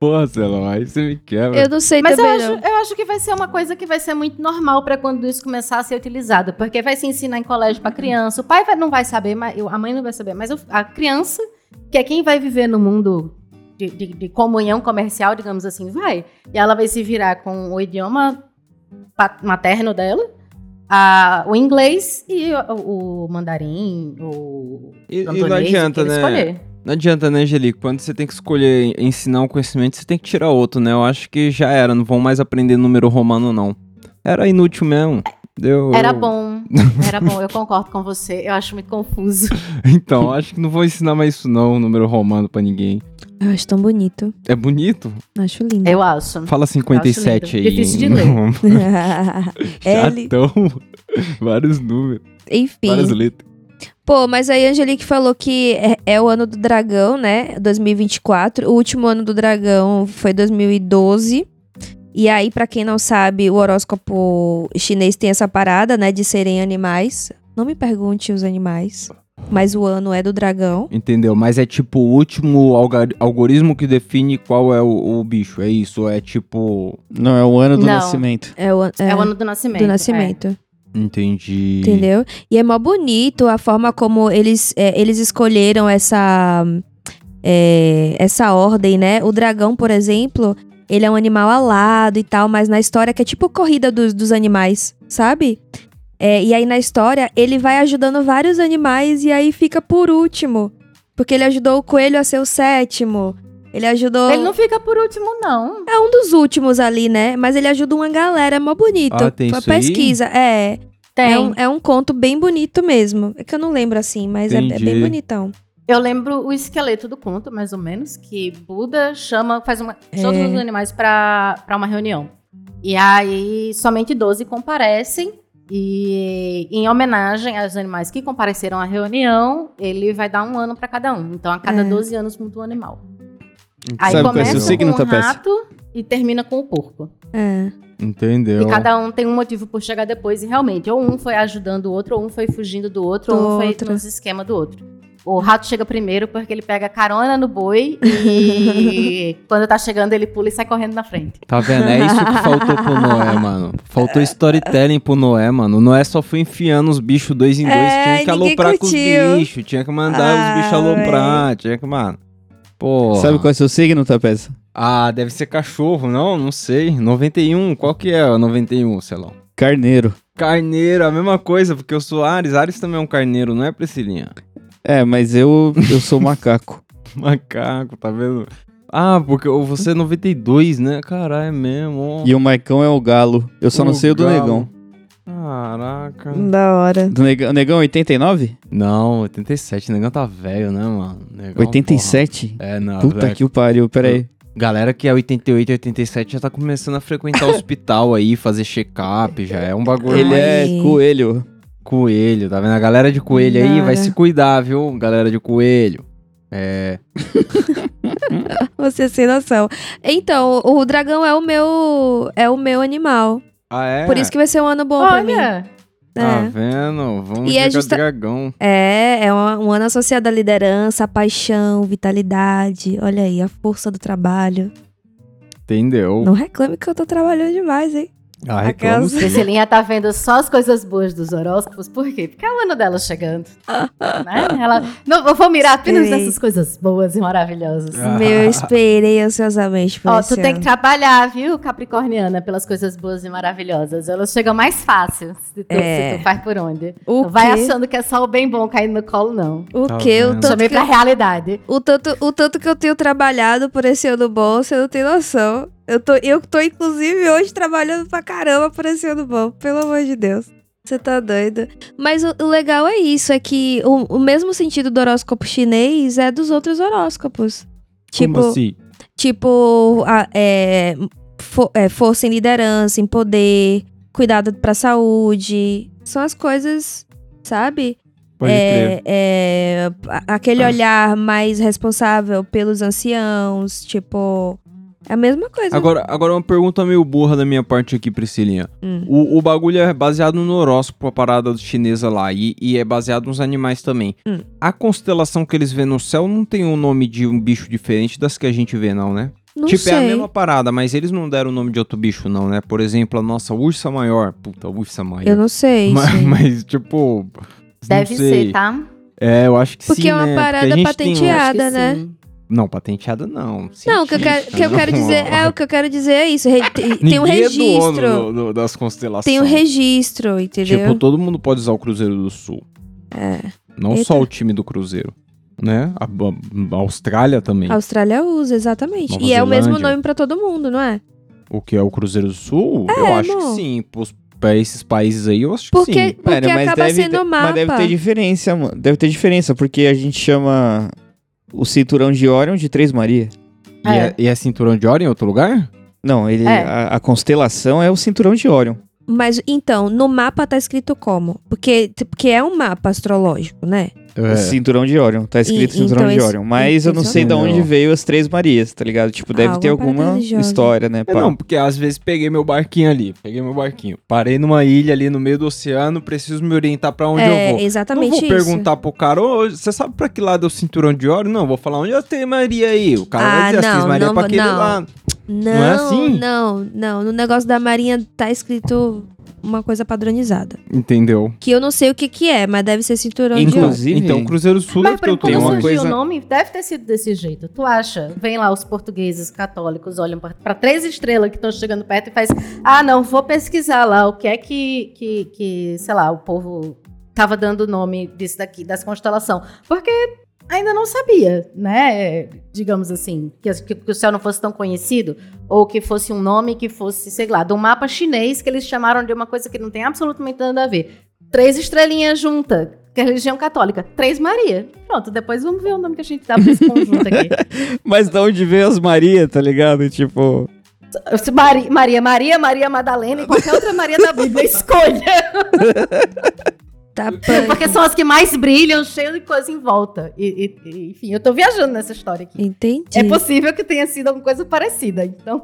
[SPEAKER 4] Porra, Celão, aí você me quebra.
[SPEAKER 2] eu não sei
[SPEAKER 3] Mas eu
[SPEAKER 2] também
[SPEAKER 3] acho,
[SPEAKER 2] não.
[SPEAKER 3] eu acho que vai ser uma coisa que vai ser muito normal pra quando isso começar a ser utilizado, porque vai se ensinar em colégio pra criança. O pai vai- não vai saber, mas eu- a mãe não vai saber, mas eu- a criança, que é quem vai viver no mundo de, de- de comunhão comercial, digamos assim, vai. E ela vai se virar com o idioma pa- materno dela, a- o inglês e o, o mandarim, o
[SPEAKER 4] E- e não
[SPEAKER 3] cantonês, o que
[SPEAKER 4] adianta,
[SPEAKER 3] ele
[SPEAKER 4] né?
[SPEAKER 3] Escolher.
[SPEAKER 4] Não adianta, né, Angelique? Quando você tem que escolher ensinar um conhecimento, você tem que tirar outro, né? Eu acho que já era, não vão mais aprender número romano, não. Era inútil mesmo. Deu,
[SPEAKER 3] Era
[SPEAKER 4] eu-
[SPEAKER 3] bom, era bom, eu concordo com você, eu acho muito confuso.
[SPEAKER 4] Então, acho que não vou ensinar mais isso, não, número romano pra ninguém.
[SPEAKER 2] Eu acho tão bonito.
[SPEAKER 4] É bonito?
[SPEAKER 2] Acho lindo.
[SPEAKER 3] Eu acho.
[SPEAKER 4] Fala 57 aí.
[SPEAKER 3] Difícil de ler.
[SPEAKER 2] L.
[SPEAKER 3] tá.
[SPEAKER 4] Chatão. Vários números, várias
[SPEAKER 2] Enfim.
[SPEAKER 4] letras.
[SPEAKER 2] Pô, mas aí a Angelique falou que é, é o ano do dragão, né? 2024. O último ano do dragão foi 2012. E aí, pra quem não sabe, o horóscopo chinês tem essa parada, né? De serem animais. Não me pergunte os animais. mas o ano é do dragão.
[SPEAKER 4] Entendeu? Mas é tipo o último alga- algoritmo que define qual é o, o bicho. É isso. É tipo.
[SPEAKER 1] Não, é o ano do
[SPEAKER 3] Não.
[SPEAKER 1] nascimento.
[SPEAKER 2] É o, an-
[SPEAKER 3] É,
[SPEAKER 2] é
[SPEAKER 3] o ano do nascimento.
[SPEAKER 2] do nascimento.
[SPEAKER 4] Entendi.
[SPEAKER 2] Entendeu? E é mó bonito a forma como eles, é, eles escolheram essa, é, essa ordem, né? O dragão, por exemplo, ele é um animal alado e tal, mas na história que é tipo corrida dos, dos animais, sabe? É, e aí na história ele vai ajudando vários animais e aí fica por último. Porque ele ajudou o coelho a ser o sétimo. Ele ajudou.
[SPEAKER 3] É. Ele não fica por último, não.
[SPEAKER 2] É um dos últimos ali, né? Mas ele ajuda uma galera, é mó bonito.
[SPEAKER 4] Ah, tem
[SPEAKER 2] Foi
[SPEAKER 4] isso aí?
[SPEAKER 2] pesquisa, é.
[SPEAKER 3] Tem.
[SPEAKER 2] É um, é um conto bem bonito mesmo. É que eu não lembro assim, mas é, é
[SPEAKER 4] Entendi.
[SPEAKER 2] bem bonitão.
[SPEAKER 3] Eu lembro o esqueleto do conto, mais ou menos, que Buda chama, faz uma,
[SPEAKER 2] É.
[SPEAKER 3] todos os animais pra pra uma reunião. E aí somente 12 comparecem. E em homenagem aos animais que compareceram à reunião, ele vai dar um ano pra cada um. Então, a cada
[SPEAKER 2] É.
[SPEAKER 3] 12 anos muda um animal. Aí
[SPEAKER 1] Sabe qual é o seu
[SPEAKER 3] começa
[SPEAKER 1] signo,
[SPEAKER 3] com o
[SPEAKER 1] Topécio?
[SPEAKER 3] rato e termina com o porco.
[SPEAKER 2] É.
[SPEAKER 4] Entendeu?
[SPEAKER 3] E cada um tem um motivo por chegar depois, e realmente, ou um foi ajudando o outro, ou um foi fugindo do outro,
[SPEAKER 2] Do
[SPEAKER 3] ou um foi
[SPEAKER 2] outro.
[SPEAKER 3] nos esquema do outro. O rato chega primeiro porque ele pega carona no boi e quando tá chegando ele pula e sai correndo na frente.
[SPEAKER 4] Tá vendo? É isso que faltou pro Noé, mano. Faltou storytelling pro Noé, mano. O Noé só foi enfiando os bichos dois em dois.
[SPEAKER 2] É,
[SPEAKER 4] tinha que
[SPEAKER 2] ninguém
[SPEAKER 4] aloprar com
[SPEAKER 2] curtiu.
[SPEAKER 4] os bichos. Tinha que mandar
[SPEAKER 2] Ah,
[SPEAKER 4] os bichos aloprar. Tinha que, mano. Pô.
[SPEAKER 1] Sabe qual é o seu signo, Tapeza?
[SPEAKER 4] Ah, deve ser cachorro, não? Não sei. 91. Qual que é o 91, sei lá?
[SPEAKER 1] Carneiro.
[SPEAKER 4] Carneiro, a mesma coisa, porque eu sou Ares. Ares também é um carneiro, não é, Priscilinha?
[SPEAKER 1] É, mas eu, eu sou um macaco.
[SPEAKER 4] Macaco, tá vendo? Ah, porque você é 92, né? Caralho, é mesmo. ó.
[SPEAKER 1] e o Maicão é o galo. Eu só não sei o do
[SPEAKER 4] galo.
[SPEAKER 1] Negão.
[SPEAKER 4] Caraca.
[SPEAKER 1] Hum.
[SPEAKER 3] Hum.
[SPEAKER 2] Da hora.
[SPEAKER 1] Do Negão, Negão é 89?
[SPEAKER 4] Então, Não, 87. O negão tá velho, né, mano? Negão,
[SPEAKER 1] 87?
[SPEAKER 4] porra. É, não.
[SPEAKER 1] Puta
[SPEAKER 4] velho.
[SPEAKER 1] que o pariu, peraí.
[SPEAKER 4] Galera que é 88, 87 já tá começando a frequentar o hospital aí, fazer check-up, já é um bagulho.
[SPEAKER 1] Ele
[SPEAKER 4] mais-
[SPEAKER 1] é
[SPEAKER 2] Ai.
[SPEAKER 1] coelho.
[SPEAKER 4] coelho, tá vendo? A galera de coelho aí vai
[SPEAKER 2] Cara.
[SPEAKER 4] se cuidar, viu? Galera de coelho. É.
[SPEAKER 2] Você sem noção. Então, o, o dragão é o meu é o meu animal.
[SPEAKER 4] Ah, é?
[SPEAKER 2] Por isso que vai ser um ano bom pra mim.
[SPEAKER 3] Olha,
[SPEAKER 4] Tá
[SPEAKER 2] É.
[SPEAKER 4] vendo? Vamos
[SPEAKER 2] E é
[SPEAKER 4] jogar
[SPEAKER 2] justa-
[SPEAKER 4] dragão.
[SPEAKER 2] É, é uma- um ano associado à liderança, à paixão, vitalidade. Olha aí, a força do trabalho.
[SPEAKER 4] Entendeu?
[SPEAKER 2] Não reclame que eu tô trabalhando demais, hein?
[SPEAKER 4] Ah,
[SPEAKER 2] Aquelas- é
[SPEAKER 4] reclamo.
[SPEAKER 3] Cecilinha tá vendo só as coisas boas dos horóscopos, por quê? Porque é o ano dela chegando. né? Ela, não, eu vou mirar apenas
[SPEAKER 2] Sim.
[SPEAKER 3] nessas coisas boas e maravilhosas.
[SPEAKER 4] Ah.
[SPEAKER 2] Meu, eu esperei ansiosamente por
[SPEAKER 3] Ó,
[SPEAKER 2] É. esse
[SPEAKER 3] tu tem
[SPEAKER 2] ano.
[SPEAKER 3] que trabalhar, viu, Capricorniana, pelas coisas boas e maravilhosas. Elas chegam mais fácil se tu,
[SPEAKER 2] É.
[SPEAKER 3] se tu faz por onde.
[SPEAKER 2] O
[SPEAKER 3] Não vai
[SPEAKER 2] quê?
[SPEAKER 3] achando que é só o bem bom caindo no colo, não.
[SPEAKER 2] O
[SPEAKER 4] Tá
[SPEAKER 2] quê? O
[SPEAKER 4] vendo?
[SPEAKER 2] tanto
[SPEAKER 3] Chamei
[SPEAKER 2] que eu
[SPEAKER 3] pra realidade.
[SPEAKER 2] O tanto, o tanto que eu tenho trabalhado por esse ano bom, você não tem noção. Eu tô, eu tô, inclusive, hoje trabalhando pra caramba por esse ano bom, pelo amor de Deus. Você tá doido. Mas o, o legal é isso, é que o, o mesmo sentido do horóscopo chinês é dos outros horóscopos. Tipo,
[SPEAKER 4] Como assim?
[SPEAKER 2] tipo a- é, fo- é, força em liderança, em poder, cuidado pra saúde. São as coisas, sabe?
[SPEAKER 4] Pode crer. Ah.
[SPEAKER 2] é, é, a- aquele olhar mais responsável pelos anciãos, tipo. É a mesma coisa.
[SPEAKER 4] Agora, agora uma pergunta meio burra da minha parte aqui, Priscilinha.
[SPEAKER 2] Hum.
[SPEAKER 4] O, o bagulho é baseado no horóscopo, a parada do chinesa lá, e, e é baseado nos animais também.
[SPEAKER 2] Hum.
[SPEAKER 4] A constelação que eles vê no céu não tem um nome de um bicho diferente das que a gente vê, não, né?
[SPEAKER 2] não
[SPEAKER 4] tipo,
[SPEAKER 2] sei.
[SPEAKER 4] é a mesma parada, mas eles não deram o nome de outro bicho, não, né? Por exemplo, a nossa ursa maior. Puta, ursa maior.
[SPEAKER 2] Eu não sei.
[SPEAKER 4] Ma- mas,
[SPEAKER 2] sim.
[SPEAKER 4] tipo.
[SPEAKER 3] Deve
[SPEAKER 4] não sei.
[SPEAKER 3] ser, tá?
[SPEAKER 4] É, eu acho que
[SPEAKER 2] Porque
[SPEAKER 4] sim.
[SPEAKER 2] é uma
[SPEAKER 4] né? a
[SPEAKER 2] parada
[SPEAKER 4] gente tem um-
[SPEAKER 2] patenteada.
[SPEAKER 3] Acho que
[SPEAKER 2] Piada, né?
[SPEAKER 3] sim.
[SPEAKER 4] Não, patenteada não.
[SPEAKER 2] Não, o que eu quero,
[SPEAKER 4] cientista,
[SPEAKER 2] que eu quero
[SPEAKER 4] não.
[SPEAKER 2] dizer. É, o que eu quero dizer é isso. re- tem- tem um
[SPEAKER 4] Ninguém é dono
[SPEAKER 2] registro.
[SPEAKER 4] do- do- das constelações.
[SPEAKER 2] Tem um registro, entendeu?
[SPEAKER 4] Tipo, todo mundo pode usar o Cruzeiro do Sul.
[SPEAKER 2] É.
[SPEAKER 4] Não
[SPEAKER 2] Eita.
[SPEAKER 4] só o time do Cruzeiro. Né? A, a- a Austrália também.
[SPEAKER 2] A Austrália usa, exatamente.
[SPEAKER 4] Nova
[SPEAKER 2] e é o mesmo
[SPEAKER 4] Zelândia.
[SPEAKER 2] nome pra todo mundo, não é?
[SPEAKER 4] O que é o Cruzeiro do Sul? eu acho
[SPEAKER 2] não.
[SPEAKER 4] que sim. Pros- Pra esses países aí, eu acho
[SPEAKER 2] Porque-
[SPEAKER 4] que sim.
[SPEAKER 2] Porque acaba sendo
[SPEAKER 1] ter- Mas deve
[SPEAKER 2] mapa.
[SPEAKER 1] ter diferença, mano. Deve ter diferença, porque a gente chama o cinturão de Orion de Três Maria.
[SPEAKER 4] E é. E, é cinturão de ouro em outro lugar?
[SPEAKER 1] Não, ele,
[SPEAKER 3] É.
[SPEAKER 1] a, a constelação é o cinturão de Orion.
[SPEAKER 2] Mas então, no mapa tá escrito como? Porque, porque é um mapa astrológico, né?
[SPEAKER 4] É.
[SPEAKER 1] Cinturão de Orion. Tá escrito
[SPEAKER 2] E-
[SPEAKER 1] Cinturão
[SPEAKER 2] então
[SPEAKER 1] de
[SPEAKER 2] esse-
[SPEAKER 1] Orion. Mas eu não
[SPEAKER 2] esse
[SPEAKER 1] sei
[SPEAKER 4] é o
[SPEAKER 1] de
[SPEAKER 4] nome.
[SPEAKER 1] onde veio as Três Marias, tá ligado? Tipo, deve ter
[SPEAKER 2] Alguma Ah, parada
[SPEAKER 1] alguma
[SPEAKER 2] religiosa.
[SPEAKER 1] história, né?
[SPEAKER 4] É,
[SPEAKER 1] pá?
[SPEAKER 4] não, porque às vezes peguei meu barquinho ali, peguei meu barquinho, parei numa ilha ali no meio do oceano, preciso me orientar pra onde
[SPEAKER 2] é,
[SPEAKER 4] eu vou.
[SPEAKER 2] exatamente
[SPEAKER 4] não vou
[SPEAKER 2] isso.
[SPEAKER 4] perguntar pro cara, ô, você sabe pra que lado é o cinturão de ouro? Não, vou falar onde é a Três Maria aí. O cara
[SPEAKER 2] Ah,
[SPEAKER 4] vai dizer, a Três
[SPEAKER 2] não,
[SPEAKER 4] Maria é
[SPEAKER 2] não,
[SPEAKER 4] pra aquele
[SPEAKER 2] não.
[SPEAKER 4] lá.
[SPEAKER 2] Não,
[SPEAKER 4] é assim?
[SPEAKER 2] não, não. No negócio da Marinha tá escrito uma coisa padronizada.
[SPEAKER 4] Entendeu?
[SPEAKER 2] Que eu não sei o que que é, mas deve ser cinturão de ouro.
[SPEAKER 1] Inclusive-
[SPEAKER 4] Então, Cruzeiro Sul
[SPEAKER 3] Mas
[SPEAKER 4] deve
[SPEAKER 3] por
[SPEAKER 4] ter
[SPEAKER 3] como
[SPEAKER 1] tenho uma
[SPEAKER 3] surgiu
[SPEAKER 4] uma coisa.
[SPEAKER 1] coisa-
[SPEAKER 3] o nome, deve ter sido desse jeito. Tu acha? Vem lá, os portugueses católicos olham pra- pra três estrelas que estão chegando perto e faz ah, não, vou pesquisar lá o que é que, que, que sei lá, o povo tava dando o nome disso daqui, dessa constelação. Porque ainda não sabia, né? Digamos assim, que, as- que- que o céu não fosse tão conhecido, ou que fosse um nome que fosse, sei lá, de um mapa chinês que eles chamaram de uma coisa que não tem absolutamente nada a ver. Três estrelinhas junta, que é religião católica. Três Maria. Pronto, depois vamos ver o nome que a gente dá pra esse conjunto aqui.
[SPEAKER 1] Mas de onde veio as Maria, tá ligado? Tipo.
[SPEAKER 3] Se Mari- Maria, Maria, Maria Madalena e qualquer outra Maria da Bíblia. Escolha!
[SPEAKER 2] Tá punk.
[SPEAKER 3] Porque são as que mais brilham, cheio de coisa em volta. E, e- e, enfim, eu tô viajando nessa história aqui.
[SPEAKER 2] Entendi.
[SPEAKER 3] É possível que tenha sido alguma coisa parecida, então.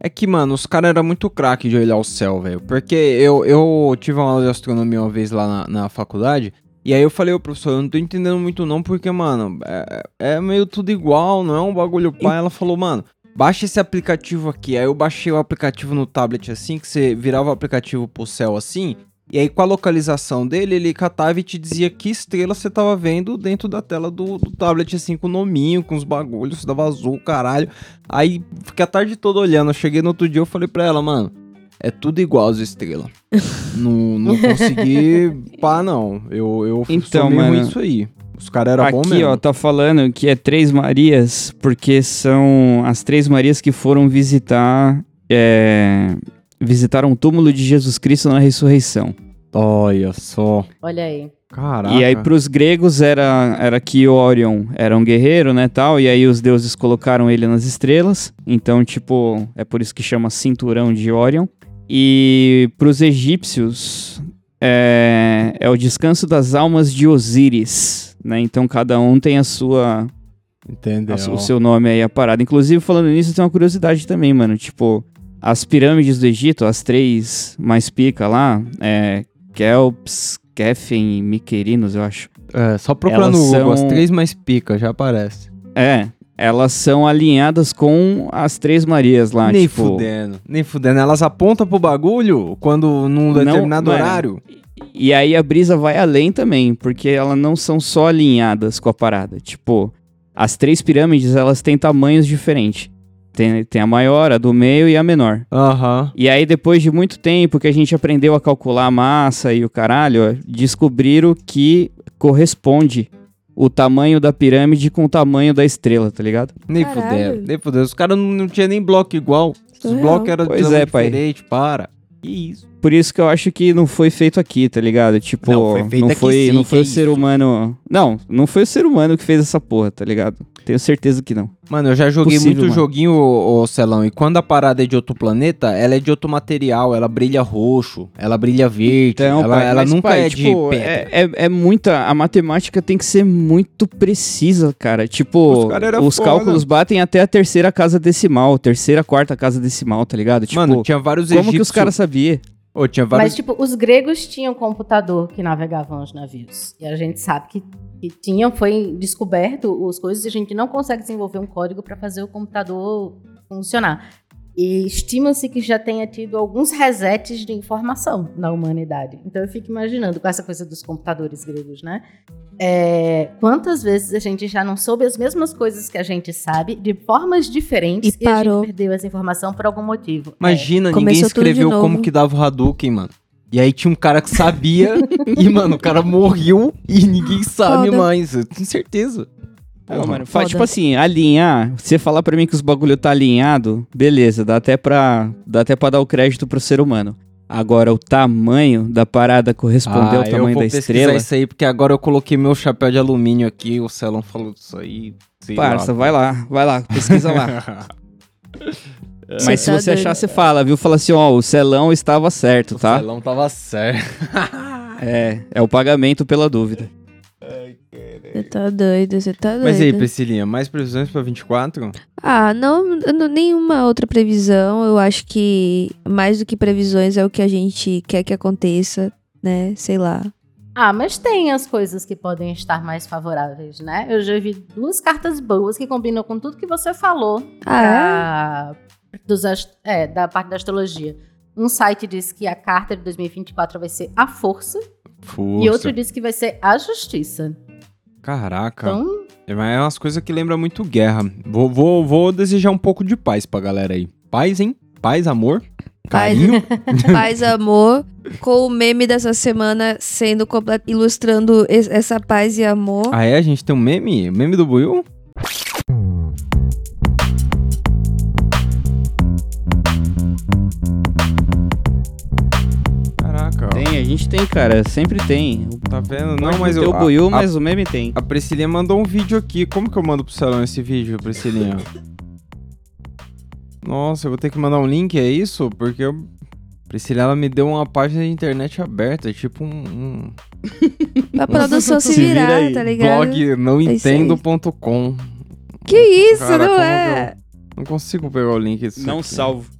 [SPEAKER 4] É que, mano, os caras eram muito craque de olhar o céu, velho. Porque eu, eu tive uma aula de astronomia uma vez lá na, na faculdade. E aí eu falei, ô professor, eu não tô entendendo muito não, porque, mano, é, é meio tudo igual, não é um bagulho pá. Ela falou, mano, baixa esse aplicativo aqui. Aí eu baixei o aplicativo no tablet assim, que você virava o aplicativo pro céu assim. E aí com a localização dele, ele catava e te dizia que estrela você tava vendo dentro da tela do, do tablet assim, com o nominho, com os bagulhos, dava azul, caralho. Aí fiquei a tarde toda olhando. Eu cheguei no outro dia eu falei pra ela, mano, é tudo igual as estrelas. não, não consegui. pá, não. Eu, eu
[SPEAKER 1] Então,
[SPEAKER 4] sou meio
[SPEAKER 1] mano,
[SPEAKER 4] ruim isso aí. Os caras eram bons
[SPEAKER 1] Aqui,
[SPEAKER 4] mesmo.
[SPEAKER 1] ó, tá falando que é Três Marias, porque são as Três Marias que foram visitar. É, visitaram o túmulo de Jesus Cristo na ressurreição.
[SPEAKER 4] Olha só.
[SPEAKER 3] Olha aí.
[SPEAKER 4] Caraca.
[SPEAKER 1] E aí, pros gregos, era, era que Orion era um guerreiro, né, tal, e aí os deuses colocaram ele nas estrelas. Então, tipo, é por isso que chama Cinturão de Orion. E pros egípcios, é, é o descanso das almas de Osíris, né? Então, cada um tem a sua
[SPEAKER 4] Entendeu?
[SPEAKER 1] a su- o seu nome aí, a parada. Inclusive, falando nisso, tem uma curiosidade também, mano. Tipo, as pirâmides do Egito, as três mais pica lá, é, Kelps, Kefen e Miquerinos, eu acho.
[SPEAKER 4] É, só procura
[SPEAKER 1] Elas
[SPEAKER 4] no Google.
[SPEAKER 1] são-
[SPEAKER 4] As três mais pica, já aparece.
[SPEAKER 1] É, elas são alinhadas com as três Marias lá,
[SPEAKER 4] nem
[SPEAKER 1] tipo...
[SPEAKER 4] fudendo. Nem fudendo. Elas apontam pro bagulho quando num
[SPEAKER 1] Não,
[SPEAKER 4] determinado
[SPEAKER 1] mano.
[SPEAKER 4] horário.
[SPEAKER 1] E aí a brisa vai além também, porque elas não são só alinhadas com a parada. Tipo, as três pirâmides, elas têm tamanhos diferentes. Tem, tem a maior, a do meio e a menor.
[SPEAKER 4] Aham.
[SPEAKER 1] E aí, depois de muito tempo que a gente aprendeu a calcular a massa e o caralho, descobriram que corresponde o tamanho da pirâmide com o tamanho da estrela, tá ligado?
[SPEAKER 4] Nem
[SPEAKER 2] Caralho.
[SPEAKER 4] fudendo. Nem fudendo. Os caras não, não tinham nem bloco igual. Os
[SPEAKER 2] Surreal.
[SPEAKER 4] blocos eram
[SPEAKER 1] Pois
[SPEAKER 4] de
[SPEAKER 1] é, pai.
[SPEAKER 4] diferente, para. Que isso.
[SPEAKER 1] Por isso que eu acho que não foi feito aqui, tá ligado? Tipo,
[SPEAKER 4] Não, foi feito
[SPEAKER 1] não
[SPEAKER 4] aqui
[SPEAKER 1] foi,
[SPEAKER 4] sim,
[SPEAKER 1] não
[SPEAKER 4] que
[SPEAKER 1] foi o
[SPEAKER 4] isso.
[SPEAKER 1] ser humano. Não, não foi o ser humano que fez essa porra, tá ligado? Tenho certeza que não.
[SPEAKER 4] Mano, eu já joguei
[SPEAKER 1] Possível,
[SPEAKER 4] muito
[SPEAKER 1] mano.
[SPEAKER 4] joguinho, ô, ô, Celão, e quando a parada é de outro planeta, ela é de outro material, ela brilha roxo, ela brilha verde,
[SPEAKER 1] Então,
[SPEAKER 4] ela,
[SPEAKER 1] pai,
[SPEAKER 4] ela
[SPEAKER 1] mas,
[SPEAKER 4] nunca
[SPEAKER 1] pai,
[SPEAKER 4] é
[SPEAKER 1] tipo,
[SPEAKER 4] de pedra.
[SPEAKER 1] é, é, é muita. A matemática tem que ser muito precisa, cara. Tipo,
[SPEAKER 4] Os cara era
[SPEAKER 1] os
[SPEAKER 4] foda.
[SPEAKER 1] cálculos batem até a terceira casa decimal, terceira, quarta casa decimal, tá ligado? Tipo,
[SPEAKER 4] Mano, tinha vários
[SPEAKER 1] como
[SPEAKER 4] egípcios...
[SPEAKER 1] que os caras sabiam?
[SPEAKER 4] Ô, tinha
[SPEAKER 3] Mas,
[SPEAKER 2] é,
[SPEAKER 4] vários...
[SPEAKER 3] tipo, os gregos tinham computador que navegavam os navios. E a gente sabe que, que tinham, foi descoberto os coisas e a gente não consegue desenvolver um código para fazer o computador funcionar. E estima-se que já tenha tido alguns resets de informação na humanidade. Então eu fico imaginando com essa coisa dos computadores gregos, né? É, quantas vezes a gente já não soube as mesmas coisas que a gente sabe de formas diferentes
[SPEAKER 2] E
[SPEAKER 3] a gente
[SPEAKER 2] parou.
[SPEAKER 3] perdeu essa informação por algum motivo. É.
[SPEAKER 4] Imagina,
[SPEAKER 2] Começou
[SPEAKER 4] ninguém
[SPEAKER 2] tudo de
[SPEAKER 4] escreveu
[SPEAKER 2] novo.
[SPEAKER 4] como que dava o Hadouken, mano. E aí tinha um cara que sabia, e, mano, o cara morreu, e ninguém sabe
[SPEAKER 2] Foda.
[SPEAKER 4] mais, eu tenho certeza.
[SPEAKER 1] Não,
[SPEAKER 4] Porra.
[SPEAKER 1] mano, faz,
[SPEAKER 2] foda.
[SPEAKER 1] tipo assim, alinhar. Você falar pra mim que os bagulho tá alinhado, beleza, dá até pra, dá até pra dar o crédito pro ser humano. Agora, o tamanho da parada corresponder ao
[SPEAKER 4] Ah, eu
[SPEAKER 1] tamanho
[SPEAKER 4] vou
[SPEAKER 1] da
[SPEAKER 4] pesquisar
[SPEAKER 1] estrela.
[SPEAKER 4] isso aí, porque agora eu coloquei meu chapéu de alumínio aqui, o Celão falou disso aí, sei
[SPEAKER 1] Parça,
[SPEAKER 4] lá.
[SPEAKER 1] vai lá, vai lá, pesquisa lá.
[SPEAKER 2] Cê
[SPEAKER 1] Mas se
[SPEAKER 2] tá
[SPEAKER 1] você
[SPEAKER 2] doido.
[SPEAKER 1] achar, você fala, viu? Fala assim, ó, o Celão estava certo,
[SPEAKER 4] O
[SPEAKER 1] tá?
[SPEAKER 4] Celão tava certo.
[SPEAKER 1] É, é o pagamento pela dúvida.
[SPEAKER 2] Você tá doido, você tá doido.
[SPEAKER 4] Mas aí, Priscilinha, mais previsões pra 24?
[SPEAKER 2] Ah, não, não- nenhuma outra previsão. Eu acho que mais do que previsões é o que a gente quer que aconteça, né? Sei lá.
[SPEAKER 3] Ah, mas tem as coisas que podem estar mais favoráveis, né? Eu já vi duas cartas boas que combinam com tudo que você falou
[SPEAKER 2] Ah,
[SPEAKER 3] da, dos ast- é, da parte da astrologia. Um site diz que a carta de 2024 vai ser a força
[SPEAKER 4] Força.
[SPEAKER 3] e outro diz que vai ser a justiça.
[SPEAKER 4] Caraca.
[SPEAKER 3] Então,
[SPEAKER 4] É mas é umas coisas que lembra muito guerra. Vou, vou, vou desejar um pouco de paz pra galera aí. Paz, hein? Paz, amor,
[SPEAKER 2] Paz.
[SPEAKER 4] carinho.
[SPEAKER 3] Ah.
[SPEAKER 2] paz, amor. Com o meme dessa semana sendo comple- ilustrando es- essa paz e amor.
[SPEAKER 4] Ah, é? A gente tem um meme? Meme do Buiu? Caraca, ó.
[SPEAKER 1] Tem, a gente tem, cara, sempre tem.
[SPEAKER 4] Tá vendo?
[SPEAKER 1] Pode
[SPEAKER 4] não, mas
[SPEAKER 1] ter
[SPEAKER 4] eu.
[SPEAKER 1] o Buiu,
[SPEAKER 4] a,
[SPEAKER 1] mas o meme tem.
[SPEAKER 4] a, a Priscilinha mandou um vídeo aqui. Como que eu mando pro salão esse vídeo, Priscilinha? Nossa, eu vou ter que mandar um link, é isso? Porque eu. Priscilinha, ela me deu uma página de internet aberta, tipo um- um
[SPEAKER 2] Pra produção se
[SPEAKER 1] Se vira
[SPEAKER 2] virar,
[SPEAKER 1] aí,
[SPEAKER 2] tá ligado?
[SPEAKER 4] blog nãoentendo.com.
[SPEAKER 2] Que isso,
[SPEAKER 4] Cara,
[SPEAKER 2] não
[SPEAKER 4] como
[SPEAKER 2] é?
[SPEAKER 4] Não consigo pegar o link disso.
[SPEAKER 1] Não
[SPEAKER 4] aqui.
[SPEAKER 1] salvo.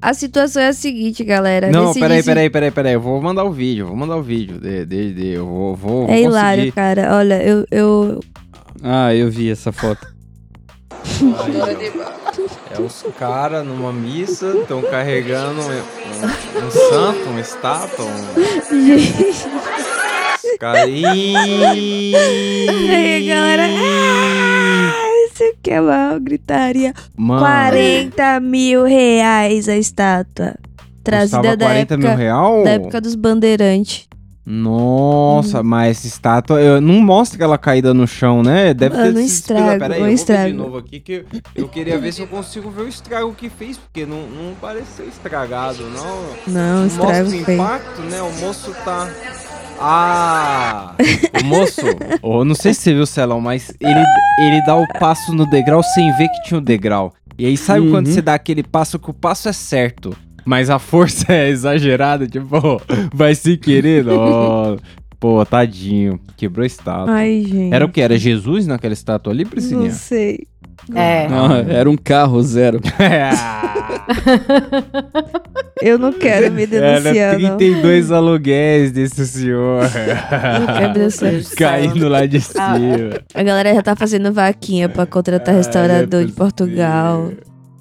[SPEAKER 2] A situação é a seguinte, galera.
[SPEAKER 4] Não,
[SPEAKER 2] Nesse
[SPEAKER 4] peraí,
[SPEAKER 2] início-
[SPEAKER 4] peraí, peraí, peraí. Eu vou mandar o vídeo, vou mandar o vídeo. De, de, de, eu vou, vou, vou
[SPEAKER 2] É hilário,
[SPEAKER 4] conseguir.
[SPEAKER 2] cara. Olha, eu, eu
[SPEAKER 1] Ah, eu vi essa foto.
[SPEAKER 4] É os caras numa missa, estão carregando um, um- um santo, um estátua, um carinho.
[SPEAKER 2] Aí, galera. Ah, isso que é mal, gritaria.
[SPEAKER 4] Mano,
[SPEAKER 2] 40 mil reais a estátua. Trazida
[SPEAKER 4] custava
[SPEAKER 2] da
[SPEAKER 4] 40
[SPEAKER 2] época,
[SPEAKER 4] mil real?
[SPEAKER 2] da época Uhum. dos bandeirantes.
[SPEAKER 4] Nossa, mas essa estátua eu- não mostra aquela caída no chão, né? Deve
[SPEAKER 2] Mano, um
[SPEAKER 4] ter
[SPEAKER 2] estrago, um
[SPEAKER 4] Pera aí, eu vou ver
[SPEAKER 2] estrago.
[SPEAKER 4] de novo aqui que eu queria ver se eu consigo ver o estrago que fez, porque não, não pareceu estragado, não.
[SPEAKER 2] Não,
[SPEAKER 4] mostra
[SPEAKER 2] estrago
[SPEAKER 4] o
[SPEAKER 2] feio.
[SPEAKER 4] impacto, né? O moço tá. Ah! O moço, eu não sei se você viu, Celão, mas ele, ele dá o passo no degrau sem ver que tinha o degrau. E aí, sabe quando
[SPEAKER 1] Uhum.
[SPEAKER 4] você dá aquele passo que o passo é certo, mas a força é exagerada, tipo, ó, vai se querer, ó. Pô, tadinho, quebrou a estátua.
[SPEAKER 2] Ai, gente.
[SPEAKER 4] Era o que? Era Jesus naquela estátua ali,
[SPEAKER 2] Não
[SPEAKER 4] Priscilinha?
[SPEAKER 2] sei.
[SPEAKER 3] é.
[SPEAKER 1] Não, era um carro zero.
[SPEAKER 2] Eu não quero me
[SPEAKER 4] Era
[SPEAKER 2] denunciar, não.
[SPEAKER 4] 32 aluguéis desse senhor.
[SPEAKER 2] Não quero me denunciar.
[SPEAKER 3] Deus do céu.
[SPEAKER 4] Caindo lá de
[SPEAKER 3] Ah.
[SPEAKER 4] cima.
[SPEAKER 2] A galera já tá fazendo vaquinha pra contratar
[SPEAKER 4] Ah,
[SPEAKER 2] restaurador
[SPEAKER 4] não é
[SPEAKER 2] de Portugal.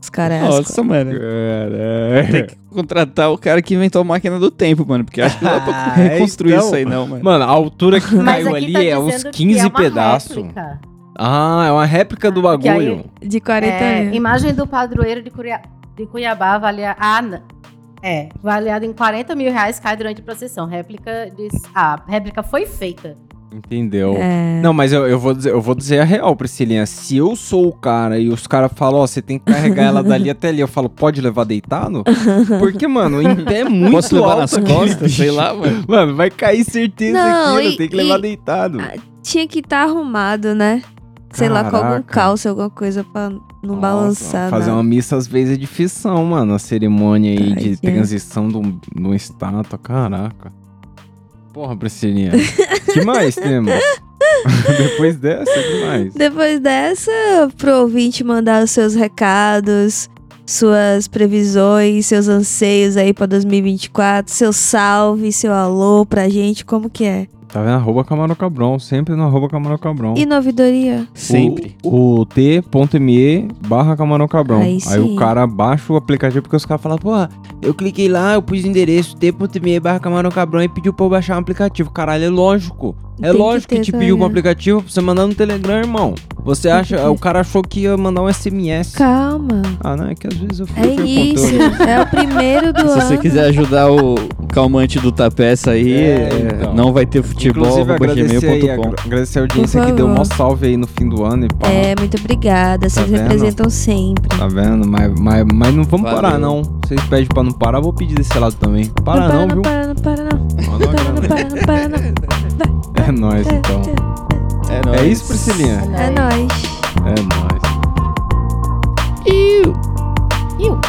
[SPEAKER 2] Os é caras.
[SPEAKER 1] Nossa, mano. Tem
[SPEAKER 4] Caralho.
[SPEAKER 1] que contratar o cara que inventou a máquina do tempo, mano. Porque acho que não dá pra
[SPEAKER 4] Ah,
[SPEAKER 1] reconstruir
[SPEAKER 4] então.
[SPEAKER 1] isso aí, não, mano.
[SPEAKER 4] Mano, a altura que
[SPEAKER 3] Mas
[SPEAKER 4] caiu
[SPEAKER 3] aqui
[SPEAKER 4] ali
[SPEAKER 3] tá
[SPEAKER 4] é uns
[SPEAKER 3] dizendo que
[SPEAKER 4] 15
[SPEAKER 3] é uma
[SPEAKER 4] pedaços.
[SPEAKER 3] réplica.
[SPEAKER 4] Ah, é uma réplica do
[SPEAKER 3] Porque aí-
[SPEAKER 4] bagulho.
[SPEAKER 2] De 40
[SPEAKER 3] É,
[SPEAKER 2] anos.
[SPEAKER 3] imagem do padroeiro de, Curia- de Cuiabá avaliada. Ah, n- é, avaliada em 40 mil reais cai durante a procissão. Réplica diz. Ah, a réplica foi feita.
[SPEAKER 4] Entendeu?
[SPEAKER 2] É.
[SPEAKER 4] Não, mas eu, eu vou dizer, eu vou dizer a real, Priscilinha. Se eu sou o cara e os caras falam, ó, você tem que carregar ela dali até ali, eu falo, pode levar deitado? Porque, mano, em pé é muito
[SPEAKER 1] Posso levar
[SPEAKER 4] alto
[SPEAKER 1] nas
[SPEAKER 4] aquele
[SPEAKER 1] costas? Sei
[SPEAKER 4] bicho.
[SPEAKER 1] lá, mano.
[SPEAKER 4] Mano, vai cair certeza
[SPEAKER 2] Não,
[SPEAKER 4] aquilo,
[SPEAKER 2] e-
[SPEAKER 4] tem que
[SPEAKER 2] e-
[SPEAKER 4] levar deitado.
[SPEAKER 2] Ah, Tinha que estar arrumado, né? Sei lá, com algum
[SPEAKER 4] Caraca.
[SPEAKER 2] calço, alguma coisa pra não
[SPEAKER 4] Nossa,
[SPEAKER 2] balançar.
[SPEAKER 4] Fazer
[SPEAKER 2] não.
[SPEAKER 4] uma missa às vezes é difícil, mano. A cerimônia aí de
[SPEAKER 2] Tadinha.
[SPEAKER 4] transição de um, de um estátua, caraca. Porra, Priscilinha. que mais temos? Depois dessa, que mais?
[SPEAKER 2] Depois dessa, pro ouvinte mandar os seus recados, suas previsões, seus anseios aí pra 2024, seu salve, seu alô pra gente, como que é?
[SPEAKER 4] Tá vendo? Arroba Camarão Cabrão. Sempre no arroba Camarão Cabrão.
[SPEAKER 2] E novidoria?
[SPEAKER 1] Sempre.
[SPEAKER 4] O, o t.me barra Camarão Cabrão.
[SPEAKER 2] Ah, Aí
[SPEAKER 4] Aí,
[SPEAKER 2] sim.
[SPEAKER 4] o cara baixa o aplicativo porque os caras falam, pô, eu cliquei lá, eu pus o endereço t.me barra Camarão Cabrão e pediu pra eu baixar um aplicativo. Caralho, é lógico.
[SPEAKER 2] Tem
[SPEAKER 4] É
[SPEAKER 2] que
[SPEAKER 4] lógico que,
[SPEAKER 2] ter,
[SPEAKER 4] te
[SPEAKER 2] tá
[SPEAKER 4] pediu um
[SPEAKER 2] ligado?
[SPEAKER 4] aplicativo pra você mandar no Telegram, irmão. Você
[SPEAKER 2] que
[SPEAKER 4] acha,
[SPEAKER 2] ter.
[SPEAKER 4] o cara achou que ia mandar um SMS.
[SPEAKER 2] Calma.
[SPEAKER 4] Ah, não, é que às vezes eu fico
[SPEAKER 2] É início, é o primeiro do
[SPEAKER 1] Se
[SPEAKER 2] ano.
[SPEAKER 1] você quiser ajudar o calmante do Tapeça aí,
[SPEAKER 4] É,
[SPEAKER 1] é,
[SPEAKER 4] então.
[SPEAKER 1] não vai ter futebol,
[SPEAKER 4] Inclusive,
[SPEAKER 1] arroba
[SPEAKER 4] agradecer, aí,
[SPEAKER 1] gmail.com.
[SPEAKER 4] agra- agradecer a audiência
[SPEAKER 2] Por
[SPEAKER 4] que deu
[SPEAKER 2] favor.
[SPEAKER 4] mó salve aí no fim do ano e pá.
[SPEAKER 2] É, muito obrigada, vocês
[SPEAKER 4] Tá vendo?
[SPEAKER 2] representam sempre.
[SPEAKER 4] Tá vendo? Mas, mas, mas não vamos
[SPEAKER 1] Valeu.
[SPEAKER 4] parar, não. Vocês pedem pra não parar, eu vou pedir desse lado também. Para não,
[SPEAKER 2] não,
[SPEAKER 4] viu?
[SPEAKER 2] para, não, para, não,
[SPEAKER 4] Manda uma
[SPEAKER 2] para, não,
[SPEAKER 4] grana
[SPEAKER 2] para, não, para, não,
[SPEAKER 4] aí. É nóis, então.
[SPEAKER 1] nóis.
[SPEAKER 4] É isso, Priscilinha?
[SPEAKER 2] É nóis.
[SPEAKER 4] É nóis.
[SPEAKER 3] Iu.